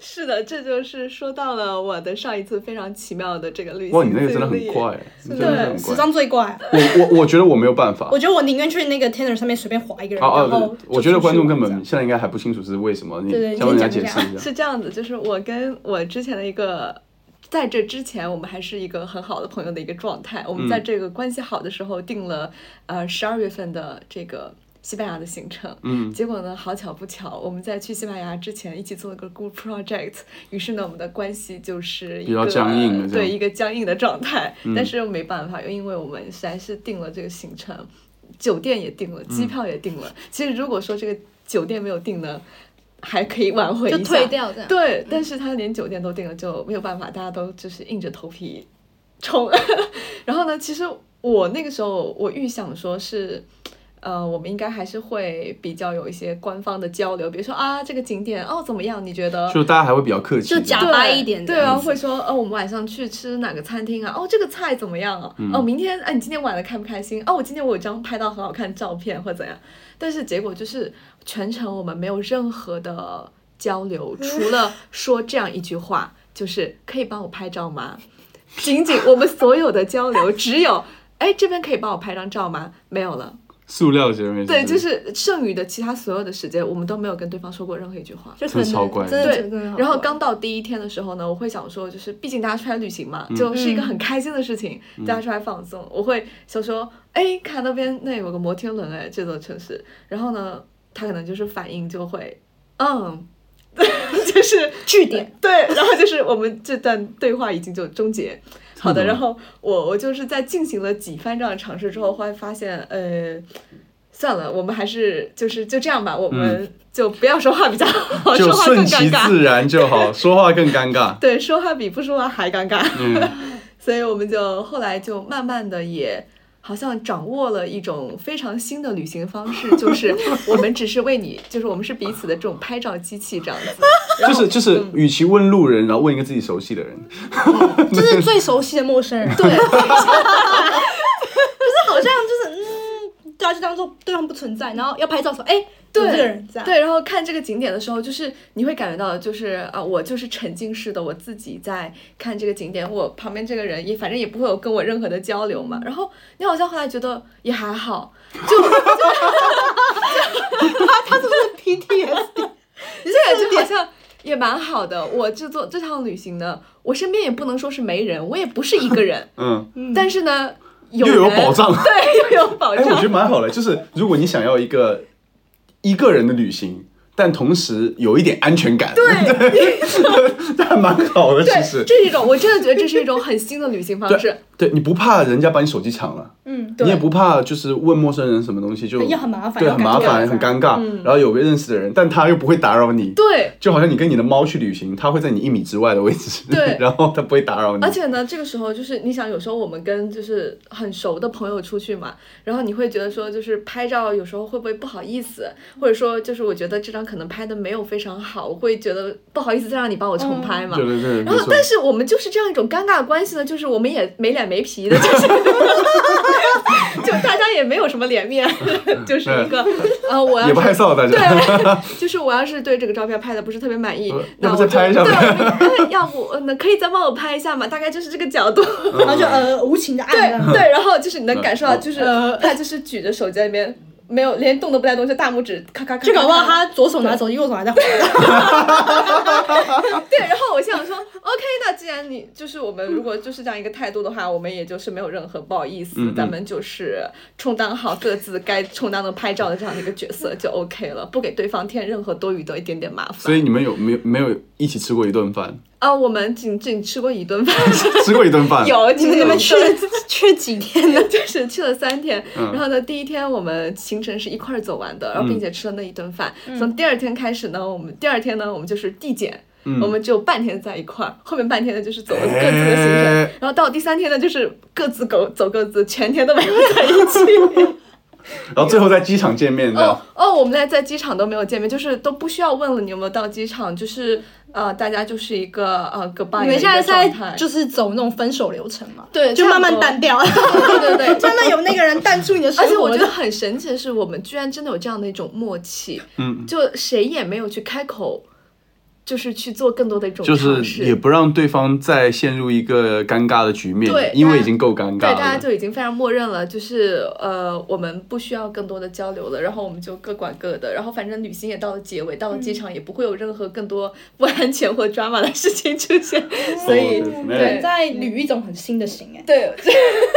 C: 是的，这就是说到了我的上一次非常奇妙的这个旅行
A: 哇，你那个真的
C: 经
A: 很
C: 历
A: 快，你真
C: 的
A: 的
B: 史
A: 很快。
B: 上最怪。
A: 我我我觉得我没有办法，
B: 我觉得我宁愿去那个 Tinder 上面随便划一个人，
A: 哦
B: 然
A: 哦
B: 后，
A: 对我觉得观众根本
B: 就出去玩这样
A: 现在应该还不清楚是为什么，你
B: 对对
A: 想帮人家
B: 你先
A: 解
B: 讲一
A: 释
B: 下
A: 一下。
C: 是这样的，就是我跟我之前的一个，在这之前我们还是一个很好的朋友的一个状态。我们
A: 嗯
C: 在这个关系好的时候定了，呃，十二月份的这个。西班牙的行程，
A: 嗯
C: 结果呢，好巧不巧，我们在去西班牙之前一起做了个 group project，于是呢，我们的关系就是一个
A: 比较僵硬的这样嗯
C: 对一个僵硬的状态。但是没办法，因为我们实在是定了这个行程，酒店也定了，机票也定了。其实如果说这个酒店没有定呢，还可以挽回一下，
B: 就退掉这样。
C: 对，但是他连酒店都订了，就没有办法，大家都就是硬着头皮冲。 然后呢，其实我那个时候我预想说是。呃，我们应该还是会比较有一些官方的交流，比如说啊，这个景点哦怎么样？你觉得
A: 就大家还会比较客气这
B: 就
A: 样，
B: 假
C: 对
B: 掰一点
C: 对
B: 这
C: 啊，
B: 样子
C: 会说哦，我们晚上去吃哪个餐厅啊？哦，这个菜怎么样啊？哦，明天哎，你今天玩的开不开心？哦，我今天我有张拍到很好看的照片或怎样？但是结果就是全程我们没有任何的 交流，除了说这样一句话，就是可以帮我拍照吗？仅仅我们所有的交流只有。哎，这边可以帮我拍张照吗？没有了。
A: 塑料姐妹。
C: 对，就是剩余的其他所有的时间，我们都没有跟对方说过任何一句话。
B: 就可能
A: 真的超怪
B: 真的
C: 对
B: 真的好怪
C: 然后刚到第一天的时候呢，我会想说，就是毕竟大家出来旅行
A: 嗯
C: 嘛，就是一个很开心的事情，大家出来放松。我会想说，哎，看那边那有个摩天轮，哎，这座城市。然后呢，他可能就是反应就会，嗯， 就是
B: 据点，
C: 对，然后就是我们这段对话已经就终结。好的，然
A: 嗯
C: 后我我就是在进行了几番这样的尝试之后，会发现，呃。算了，我们还是就是就这样吧，我们就不要说话比较好，
A: 嗯就
C: 说话更
A: 顺
C: 尴
A: 其
C: 尬。
A: 自然就 好，说话更尴尬。
C: 对，说话比不说话还尴尬，
A: 嗯，
C: 所以我们就后来就慢慢的也。好像掌握了一种非常新的旅行方式，就是我们只是为你，就是我们是彼此的这种拍照机器这样子。然
A: 就
C: 后嗯
A: 是就是，
B: 嗯
A: 与其问路人，然后问一个自己熟悉的人，，
B: 就是最熟悉的陌 生人，对，就是好像就是嗯，对啊，就当做对方不存在，然后要拍照的时候，哎，
C: 对
B: 有这个人在，
C: 对，然后看这个景点的时候，就是你会感觉到，就是啊，我就是沉浸式的我自己在看这个景点，我旁边这个人也反正也不会有跟我任何的交流嘛。然后你好像后来觉得也还好，
B: 他是不是 PTSD？
C: 这个就好像也蛮好的。我这做这趟旅行呢，我身边也不能说是没人，我也不是一个 人
A: 嗯，
C: 但是呢，有
A: 又有
C: 人
A: 保障
C: 对，又有保
A: 哎，
C: 障。
A: 我觉得蛮好的。就是如果你想要一个一个人的旅行，但同时有一点安全感， 对，这还蛮好的。其
C: 对，
A: 实，
C: 这是一种，我真的觉得这是一种很新的旅行方式
A: 对。对，你不怕人家把你手机抢了。
B: 嗯，
C: 对
A: 你也不怕，就是问陌生人什么东西就
B: 也很麻烦
A: 对，
B: 要
A: 很麻烦，
B: 尴尬
A: 很尴尬。然后有个认识的人，但他又不会打扰你，
C: 嗯对，
A: 就好像你跟你的猫去旅行，它会在你一米之外的位置，
C: 对
A: 然后它不会打扰你。
C: 而且呢，这个时候就是你想，有时候我们跟就是很熟的朋友出去嘛，然后你会觉得说，就是拍照有时候会不会不好意思，或者说就是我觉得这张可能拍的没有非常好，我会觉得不好意思再让你帮我重拍嘛。
A: 对对对，
C: 然
A: 没
C: 后，
A: 错
C: 啊但是我们就是这样一种尴尬的关系呢，就是我们也没脸没皮 的，就是就大家也没有什么脸面，就是一个啊，我要
A: 嗯也不害
C: 是
A: 臊大
C: 对啊
A: 家。
C: 就是我要是对这个照片拍的不是特别满意
A: 呃，
C: 那
A: 要
C: 我
A: 不
C: 就
A: 再拍一下
C: 对，
A: 呗
C: 我就哎要不那可以再帮我拍一下嘛？大概就是这个角 度。
B: 然后就呃无情的
C: 对
B: 爱了。
C: 对，然后就是你能感受到，
A: 嗯
C: 就是他就是举着手机在那边没有连动都不带动，就大拇指咔咔咔咔咔。
B: 就搞不好他左手拿手机，右手还 在滑。
C: 对，然后我心想说，OK，那 既然你就是我们如果就是这样一个态度的话，我们也就是没有任何不好意思，
A: 嗯嗯
C: 咱们就是充当好各自该充当的拍照的这样的一个角色就 OK 了，不给对方添任何多余的一点点麻烦。
A: 所以你们有没有没有一起吃过一顿 饭？
C: 啊，我们仅仅吃过一顿饭，
A: 吃过一顿饭？
C: 有你
B: 你们
C: 们
B: 去 去几天呢？
C: 就是去了三天，
A: 嗯
C: 然后呢，第一天我们行程是一块儿走完的，然后并且吃了那一顿饭。
B: 嗯
C: 从第二天开始呢，我们第二天呢，我们就是递减，
A: 嗯
C: 我们只有半天在一块儿，后面半天呢就是走各自的行程，
A: 哎
C: 然后到第三天呢就是各自走走各自，全天都没有
A: 哎
C: 在一起。
A: 然后最后在机场见面
C: 哦
A: 的。
C: 哦，我们俩在机场都没有见面，就是都不需要问了你有没有到机场，就是呃，大家就是一个呃 goodbye
B: 你们现在
C: 的
B: 是
C: 一个状
B: 在
C: 态
B: 就是走那种分手流程嘛？
C: 对
B: 就
C: 差
B: 慢慢
C: 不多
B: 淡掉。
C: 对对对，
B: 慢慢有那个人淡出你的生
C: 而且
B: 活。
C: 我觉得很神奇的是，我们居然真的有这样的一种默契，
A: 嗯，
C: 就谁也没有去开口，就是去做更多的一种
A: 就
C: 尝
A: 是
C: 试
A: 也不让对方再陷入一个尴尬的局面，
C: 对
A: 因为已经够尴
C: 对，
A: 尬
C: 大家
A: 了。
C: 就已经非常默认了，就是呃，我们不需要更多的交流了，然后我们就各管各的，然后反正旅行也到了结尾，到了机
B: 嗯
C: 场也不会有任何更多不安全或 drama 的事情出现， 所以
A: 哦
B: 对
A: 对
B: 在捋一种很新的型哎。
C: 对，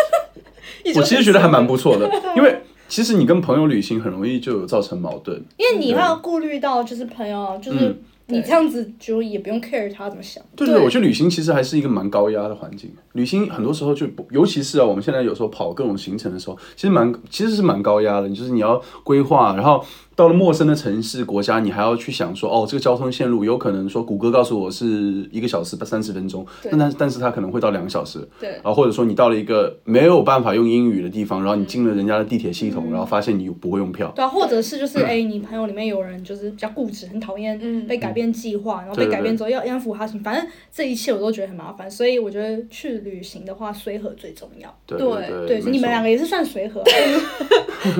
C: 一种
A: 我其实觉得还蛮不错 的，因为其实你跟朋友旅行很容易就有造成矛盾。
B: 因为你要顾虑到就是朋友，就是
A: 嗯
B: 你这样子就也不用 care 他怎么想。
A: 对对，
C: 对
A: 我觉得旅行其实还是一个蛮高压的环境。旅行很多时候就不，尤其是啊，我们现在有时候跑各种行程的时候，其实蛮其实是蛮高压的。你就是你要规划，然后到了陌生的城市国家，你还要去想说，哦，这个交通线路有可能说谷歌告诉我是一个小时三十分钟，但但但是它可能会到两个小时。
C: 对
A: 然后或者说你到了一个没有办法用英语的地方，然
C: 嗯
A: 后你进了人家的地铁系统，然后发现你不会用票。
B: 对啊，或者是就是哎、你朋友里面有人就是比较固执，很讨厌
C: 嗯
B: 被改变计划，然后
A: 对
B: 被
A: 对
B: 改变之后要要符合他的心，反正这一切我都觉得很麻烦。所以我觉得去旅行的话，随和最重要。
A: 对
C: 对
A: 对
B: 对，
A: 没
B: 你们
A: 错
B: 两个也是算随和，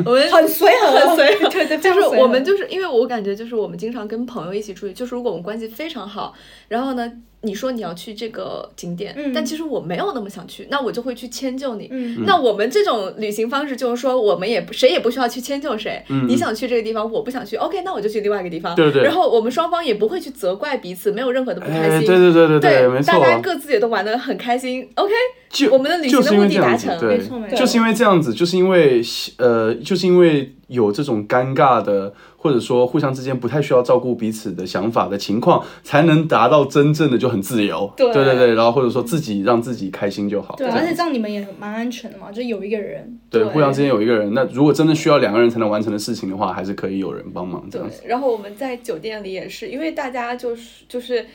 C: 我们
B: 很随和，
C: 很随和
B: 对对，非
C: 就
B: 常随
C: 是
B: 和
C: 我们就是因为我感觉就是我们经常跟朋友一起出去，就是如果我们关系非常好，然后呢，你说你要去这个景点，
B: 嗯
C: 但其实我没有那么想去，那我就会去迁就你。
B: 嗯
C: 那我们这种旅行方式就是说，我们也不谁也不需要去迁就谁。
A: 嗯
C: 你想去这个地方，我不想去，OK，那我就去另外一个地方。
A: 对对
C: 然后我们双方也不会去责怪彼此，没有任何的不开
A: 哎，
C: 心。
A: 对对对对
C: 对
A: 没
C: 大
A: 错。啊
C: 家各自也都玩得很开心。OK，
A: 就
C: 我们的旅行的
A: 就是因为
C: 目的
A: 这样
C: 达
A: 子
C: 成
A: 对
B: 没错没错
A: 就是因为这样子，就是因为呃，就是因为有这种尴尬的，或者说互相之间不太需要照顾彼此的想法的情况，才能达到真正的就很自由。
C: 对
A: 对对对，然后或者说自己让自己开心就好。
B: 对啊，
A: 这
B: 而
A: 样
B: 且这样你们也蛮安全的嘛，就有一个人。
A: 对，
C: 对
A: 互相之间有一个人，那如果真的需要两个人才能完成的事情的话，还是可以有人帮忙这
C: 对
A: 样子。，，
C: 然后我们在酒店里也是，因为大家就是就是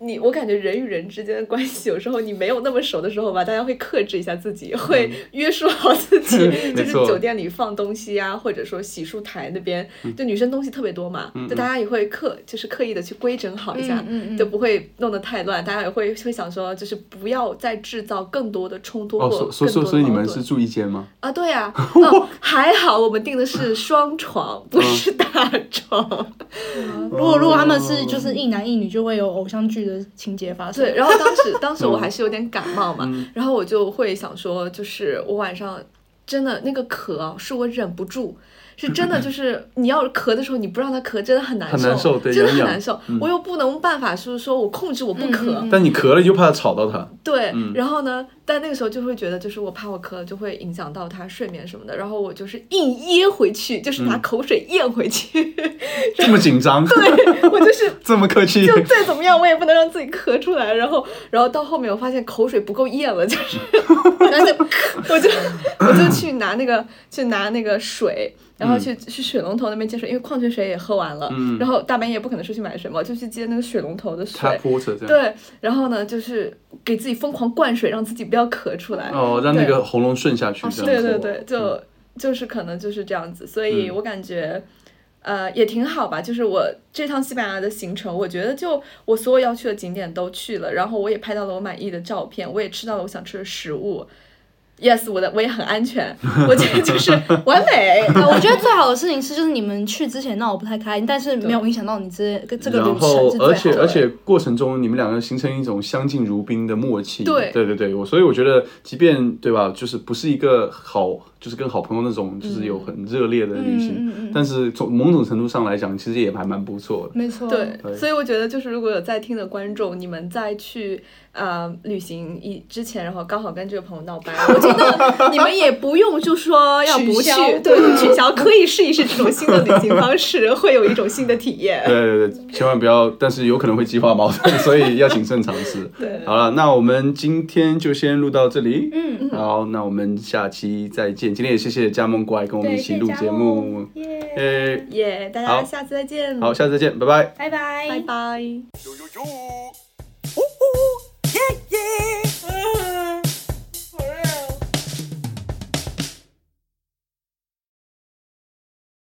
C: 你，我感觉人与人之间的关系，有时候你没有那么熟的时候吧，大家会克制一下自己，会 约束好自己
A: 嗯没
C: 就是
A: 错
C: 酒店里放东西啊，或者说洗漱台那边，
A: 嗯
C: 就女生东西特别多嘛，就大家也会刻，就是刻意的去规整好一下，
B: 嗯嗯嗯
C: 就不会弄得太乱，大家也会会想说，就是不要再制造更多的冲突或
A: 哦，
C: 更
A: 所
C: 多
A: 所
C: 的
A: 所所以你
C: 矛
A: 们
C: 盾
A: 是住一间吗？
C: 啊，对呀、啊哦，还好我们订的是双床，
A: 嗯
C: 不是大床。
A: 哦
B: 如果如果他们是就是一男一女，就会有偶像剧的情节发生。
C: 对，然后当时当
A: 嗯
C: 时我还是有点感冒嘛，然后我就会想说，就是我晚上真的那个咳啊是我忍不住。是真的， 就是你要咳的时候，你不让它咳，真的很难受，
A: 很难受对
C: 真的很
A: 痒痒嗯
C: 难受。我又不能办法，是说我控制我不咳，
A: 但你咳了又怕吵到 他，
C: 对，然后呢，但那个时候就会觉得，就是我怕我咳了就会影响到他睡眠什么的，然后我就是硬噎回去，就是
A: 嗯
C: 拿口水咽回去，
A: 这么紧张，
C: 我就是
A: 这么客气，
C: 就再怎么样，我也不能让自己咳出来。然后，然后到后面我发现口水不够咽了，就是， 然后就我就我就去拿那个去拿那个水，然后去、去水龙头那边接水，因为矿泉水也喝完了，
A: 嗯
C: 然后大半夜不可能出去买水嘛，我就去接那个水龙头的
A: 他
C: 水。
A: 泼着这样。
C: 对，然后呢，就是给自己疯狂灌水，让自己不要咳出来。
A: 哦，让那个喉咙顺下去，
B: 哦
A: 这样子。
C: 对对对，就就是可能就是这样子，所以
A: 嗯
C: 我感觉。呃，也挺好吧。就是我这趟西班牙的行程，我觉得就我所有要去的景点都去了，然后我也拍到了我满意的照片，我也吃到了我想吃的食物， yes，我的我也很安全，我觉得 就是完美。
B: 啊 我觉得最好的事情是，就是你们去之前闹得不太开心，但是没有影响到你这这个
A: 然
B: 旅程
A: 后
B: 是，最好的。
A: 而且而且过程中你们两个形成一种相敬如宾的默契。
C: 对
A: 对对对我所以我觉得，即便对吧，就是不是一个好，就是跟好朋友那种，就是有很热烈的旅行，
B: 嗯嗯嗯
A: 但是从某种程度上来讲，其实也还蛮不错的。
B: 没错，
C: 对，
A: 对
C: 所以我觉得就是如果有在听的观众，你们在去呃旅行一之前，然后刚好跟这个朋友闹掰，我觉得你们也不用就说要不
B: 取
C: 去
B: 消，
C: 对，取消可以试一试这种新的旅行方式，会有一种新的体验。
A: 对对对，千万不要，但是有可能会激化矛 盾，所以要谨慎尝试。
C: 对
A: 好了，那我们今天就先录到这里。
B: 嗯，
A: 好，那我们下期再见。今天也谢谢佳梦过来跟我们
B: 对，
A: 一
B: 谢
A: 起
B: 谢
A: 录
B: 嘉
A: 节
B: 梦
A: 目，
B: 耶，
A: 诶，
C: 耶大
A: 好
C: 家下次再见，
A: 好，，下次再见，拜拜。
B: 拜
C: 拜拜。
E: 呦呦呦，